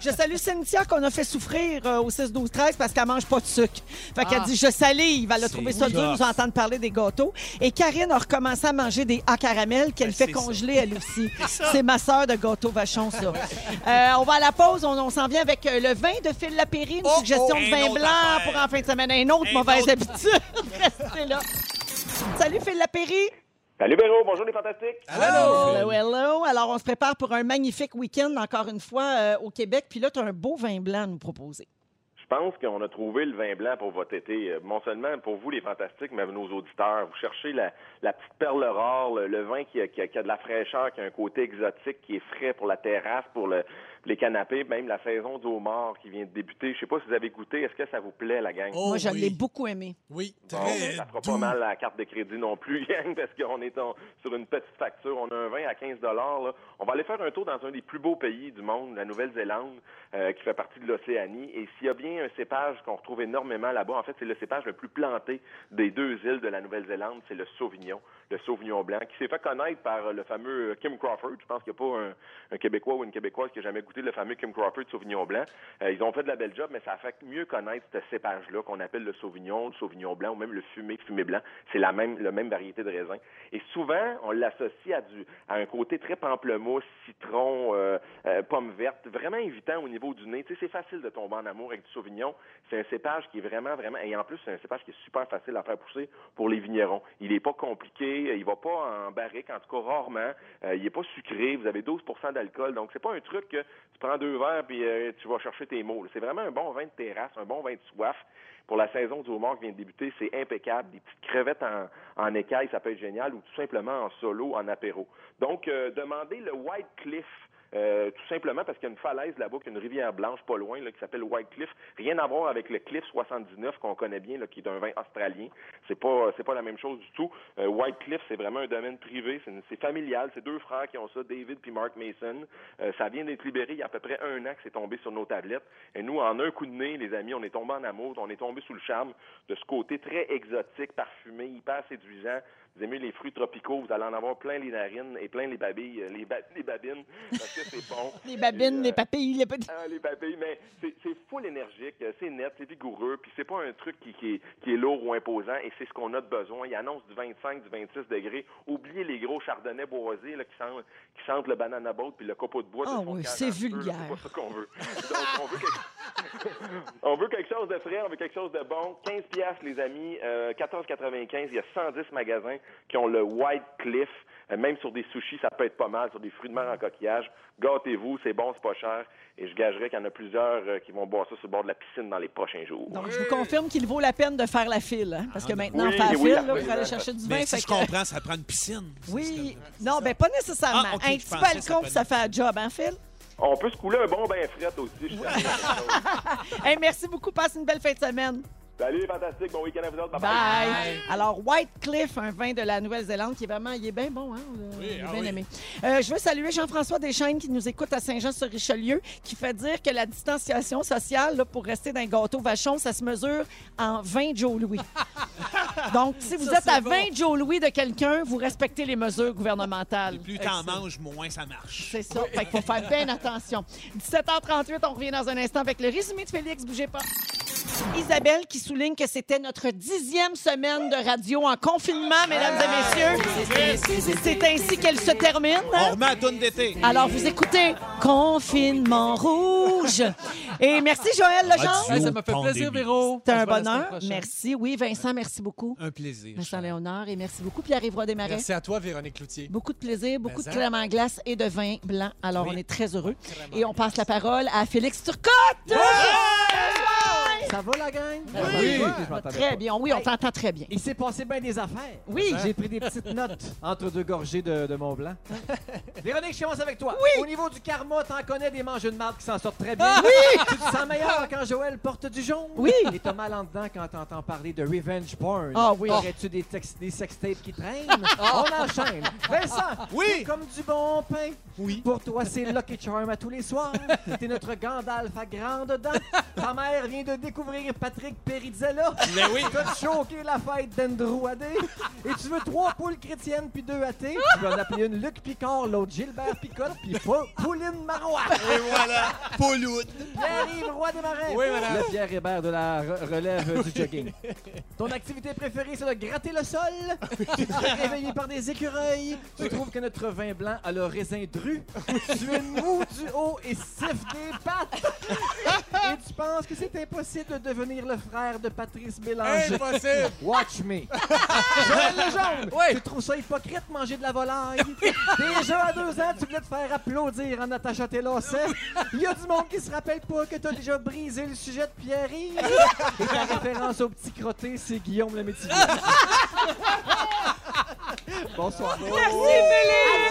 Je salue Cynthia qu'on a fait souffrir euh, au 6, 12, 13 parce qu'elle mange pas de sucre. Fait qu'elle Ah. dit Je salive. Elle a trouvé C'est ça dur de nous tough. entendre parler des gâteaux. Et Karine a recommencé à manger des hauts caramels qu'elle Ben, fait c'est ça. congeler, elle aussi. C'est ma sœur de gâteau vachon, ça. Euh, on va à la pause. On, on s'en vient avec euh, le vin de Phil Lapéry, une oh, suggestion de une vin autre blanc affaire. pour en fin de semaine. Un autre Un mauvaise autre. habitude. Restez là. Salut, Phil Lapéry. Salut Béro, bonjour les fantastiques. Hello, hello. Ben Alors, on se prépare pour un magnifique week-end, encore une fois, euh, au Québec. Puis là, tu as un beau vin blanc à nous proposer. Je pense qu'on a trouvé le vin blanc pour votre été. Euh, Non seulement pour vous les fantastiques, mais nos auditeurs. Vous cherchez la, la petite perle rare, le, le vin qui a, qui a- qui a de la fraîcheur, qui a un côté exotique, qui est frais pour la terrasse, pour le- les canapés, même la saison du homard qui vient de débuter. Je sais pas si vous avez goûté. Est-ce que ça vous plaît, la gang? Oh, Moi, je oui. l'ai beaucoup aimé. Oui, Bon, très ça fera doux. pas mal à la carte de crédit non plus, gang, parce qu'on est en- sur une petite facture. On a un vin à 15 là. On va aller faire un tour dans un des plus beaux pays du monde, la Nouvelle-Zélande, euh, qui fait partie de l'Océanie. Et s'il y a bien un cépage qu'on retrouve énormément là-bas, en fait, c'est le cépage le plus planté des deux îles de la Nouvelle-Zélande, c'est le Sauvignon, le Sauvignon blanc, qui s'est fait connaître par euh, le fameux Kim Crawford. Je pense qu'il n'y a pas un, un Québécois ou une Québécoise qui a jamais goûté le fameux Kim Crawford Sauvignon blanc. Euh, ils ont fait de la belle job, mais ça a fait mieux connaître ce cépage-là qu'on appelle le Sauvignon, le Sauvignon blanc ou même le fumé, fumé blanc. C'est la même, la même variété de raisin. Et souvent, on l'associe à, du, à un côté très pamplemousse, citron, euh, euh, pomme verte, vraiment invitant au niveau du nez. Tu sais, c'est facile de tomber en amour avec du Sauvignon. C'est un cépage qui est vraiment, vraiment, et en plus, c'est un cépage qui est super facile à faire pousser pour les vignerons. Il n'est pas compliqué, il va pas en barrique, en tout cas rarement. Euh, il n'est pas sucré, vous avez 12 d'alcool, donc c'est pas un truc que tu prends deux verres puis euh, tu vas chercher tes mots. là. C'est vraiment un bon vin de terrasse, un bon vin de soif. Pour la saison du homard qui vient de débuter, c'est impeccable. Des petites crevettes en, en écailles, ça peut être génial, ou tout simplement en solo, en apéro. Donc, euh, demandez le White Cliff. euh, tout simplement parce qu'il y a une falaise là-bas, qu'il y a une rivière blanche pas loin, là, qui s'appelle White Cliff. Rien à voir avec le Cliff 79 qu'on connaît bien, là, qui est un vin australien. C'est pas, c'est pas la même chose du tout. Euh, White Cliff, c'est vraiment un domaine privé, c'est, une- c'est familial. C'est deux frères qui ont ça, David puis Mark Mason. Euh, ça vient d'être libéré il y a à peu près un an que c'est tombé sur nos tablettes. Et nous, en un coup de nez, les amis, on est tombé en amour, on est tombé sous le charme de ce côté très exotique, parfumé, hyper séduisant. Vous aimez les fruits tropicaux, vous allez en avoir plein les narines et plein les babilles, euh, les, ba- les babines, parce que c'est bon. Les babines, Et, euh, les papilles, les petits. ah, les papilles, mais c'est c'est full énergique, euh, c'est net, c'est vigoureux, puis c'est pas un truc qui, qui, est- qui est lourd ou imposant, et c'est ce qu'on a de besoin. Il annonce du 25, du 26 degrés. Oubliez les gros chardonnays boisés là, qui, sentent, qui sentent le banana boat puis le copeau de bois. de Ah fond de oui, canne c'est en feu, là, vulgaire. C'est pas ça qu'on veut. Donc, on veut, quelque... on veut quelque chose de frais, on veut quelque chose de bon. 15 piastres, les amis, euh, 14,95. Il y a 110 magasins qui ont le White Cliff. Euh, Même sur des sushis, ça peut être pas mal. Sur des fruits de mer en coquillage, gâtez-vous, c'est bon, c'est pas cher. Et je gagerais qu'il y en a plusieurs euh, qui vont boire ça sur le bord de la piscine dans les prochains jours. Donc, je vous confirme qu'il vaut la peine de faire la file. hein, Ah, parce que maintenant, on oui, fait la oui, file là, absolument. pour aller chercher du vin. Mais fait si je que- euh, comprends, ça prend une piscine. oui, non, ben pas nécessairement. Ah, ok, un je petit pensais que ça balcon, puis peut- ça fait un job, hein, Phil? On peut se couler un bon bain fret aussi. je suis sûr. Hey, merci beaucoup. Passe une belle fin de semaine. Salut, fantastique, bon week-end à vous autres. Bye-bye. Bye. Alors, White Cliff, un vin de la Nouvelle-Zélande qui est vraiment, il est bien bon, hein? on l'a- on l'a ah bien oui. aimé. Euh, je veux saluer Jean-François Deschaines qui nous écoute à Saint-Jean-sur-Richelieu, qui fait dire que la distanciation sociale, là, pour rester dans un gâteau vachon, ça se mesure en 20 Joe Louis. Donc, si vous Ça, êtes c'est à bon. 20 Joe Louis de quelqu'un, vous respectez les mesures gouvernementales. Plus t'en manges, moins ça marche. C'est ça. Fait qu'il faut faire bien attention. 17h38, on revient dans un instant avec le résumé de Félix. Bougez pas. Isabelle qui souligne que c'était notre dixième semaine de radio en confinement, mesdames et messieurs. C'est ainsi qu'elle se termine. On remet à tourne d'été. Alors, vous écoutez Confinement Rouge. Et merci, Joël Legendre. Hey, ça m'a fait plaisir, Pandémie. Véro. C'était On un se voit la semaine bonheur. prochaine. Merci. Oui, Vincent, merci beaucoup. Un plaisir. Vincent Léonard, et merci beaucoup, Pierre-Yves des Marais. Merci à toi, Véronique Cloutier. Beaucoup de plaisir, beaucoup de ça. crème en glace et de vin blanc. Alors, on est très heureux. Et on passe la parole à Félix Turcotte! Ça va, la gang? Ben Oui. Je m'entendais Ah, Très pas. bien. Oui, on t'entend très bien. Il s'est passé bien des affaires. Oui. J'ai pris des petites notes entre deux gorgées de, de Mont Blanc. Véronique, je commence avec toi. Oui. Au niveau du karma, t'en connais des mangeux de marde qui s'en sortent très bien. Oui. Tu te sens meilleur quand Joël porte du jaune. Ah! Oui. Et t'as mal en dedans quand t'entends parler de revenge porn. Ah oui. Ah! Aurais-tu des, tex- des sextapes qui traînent? On enchaîne. Vincent. Oui. Comme du bon pain. Oui. Pour toi, c'est Lucky Charm à tous les soirs. T'es notre Gandalf à grande dents. Ta mère vient de découvrir Patrick Perizzella. Mais oui. T'as choqué la fête d'Andrew Adé. Et tu veux trois poules chrétiennes puis deux athées. Tu vas en appeler une Luc Picard, l'autre Gilbert Picotte, puis Pau- Pauline Marois. Et voilà, Pauloud. Pierre-Yves Roy des Marais. Oui, madame. Le Pierre Hébert de la re- relève euh, du jogging. Ton activité préférée, c'est de gratter le sol. tu te fais réveiller par des écureuils. Tu trouves que notre vin blanc a le raisin dru. tu es mou du haut et siffle des pattes. et tu penses que c'est impossible de devenir le frère de Patrice Bélanger. Impossible! Watch me. Joël Legendre, tu trouves ça hypocrite manger de la volaille. Déjà à deux ans, tu voulais te faire applaudir en Natacha tes lacets. Il y a du monde qui se rappelle pas que t'as déjà brisé le sujet de Pierre-Yves. Et ta référence au petit crotté, c'est Guillaume le métier. Bonsoir. Merci,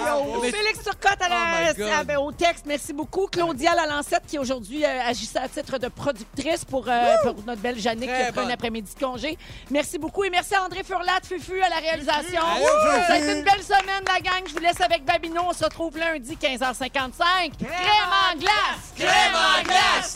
Bravo. Félix! Félix Turcotte à la- Oh my God. ah, ben, au texte, merci beaucoup. Claudia Lalancette, qui aujourd'hui euh, agissait à titre de productrice pour, euh, pour notre belle Jannick, Très qui a pris un bonne. après-midi de congé. Merci beaucoup et merci à André Furlat, Fufu, à la réalisation. Allô, Wouh! Ça a été Fufu! une belle semaine, la gang. Je vous laisse avec Babino. On se retrouve lundi, 15h55. Crème en glace! Crème en glace!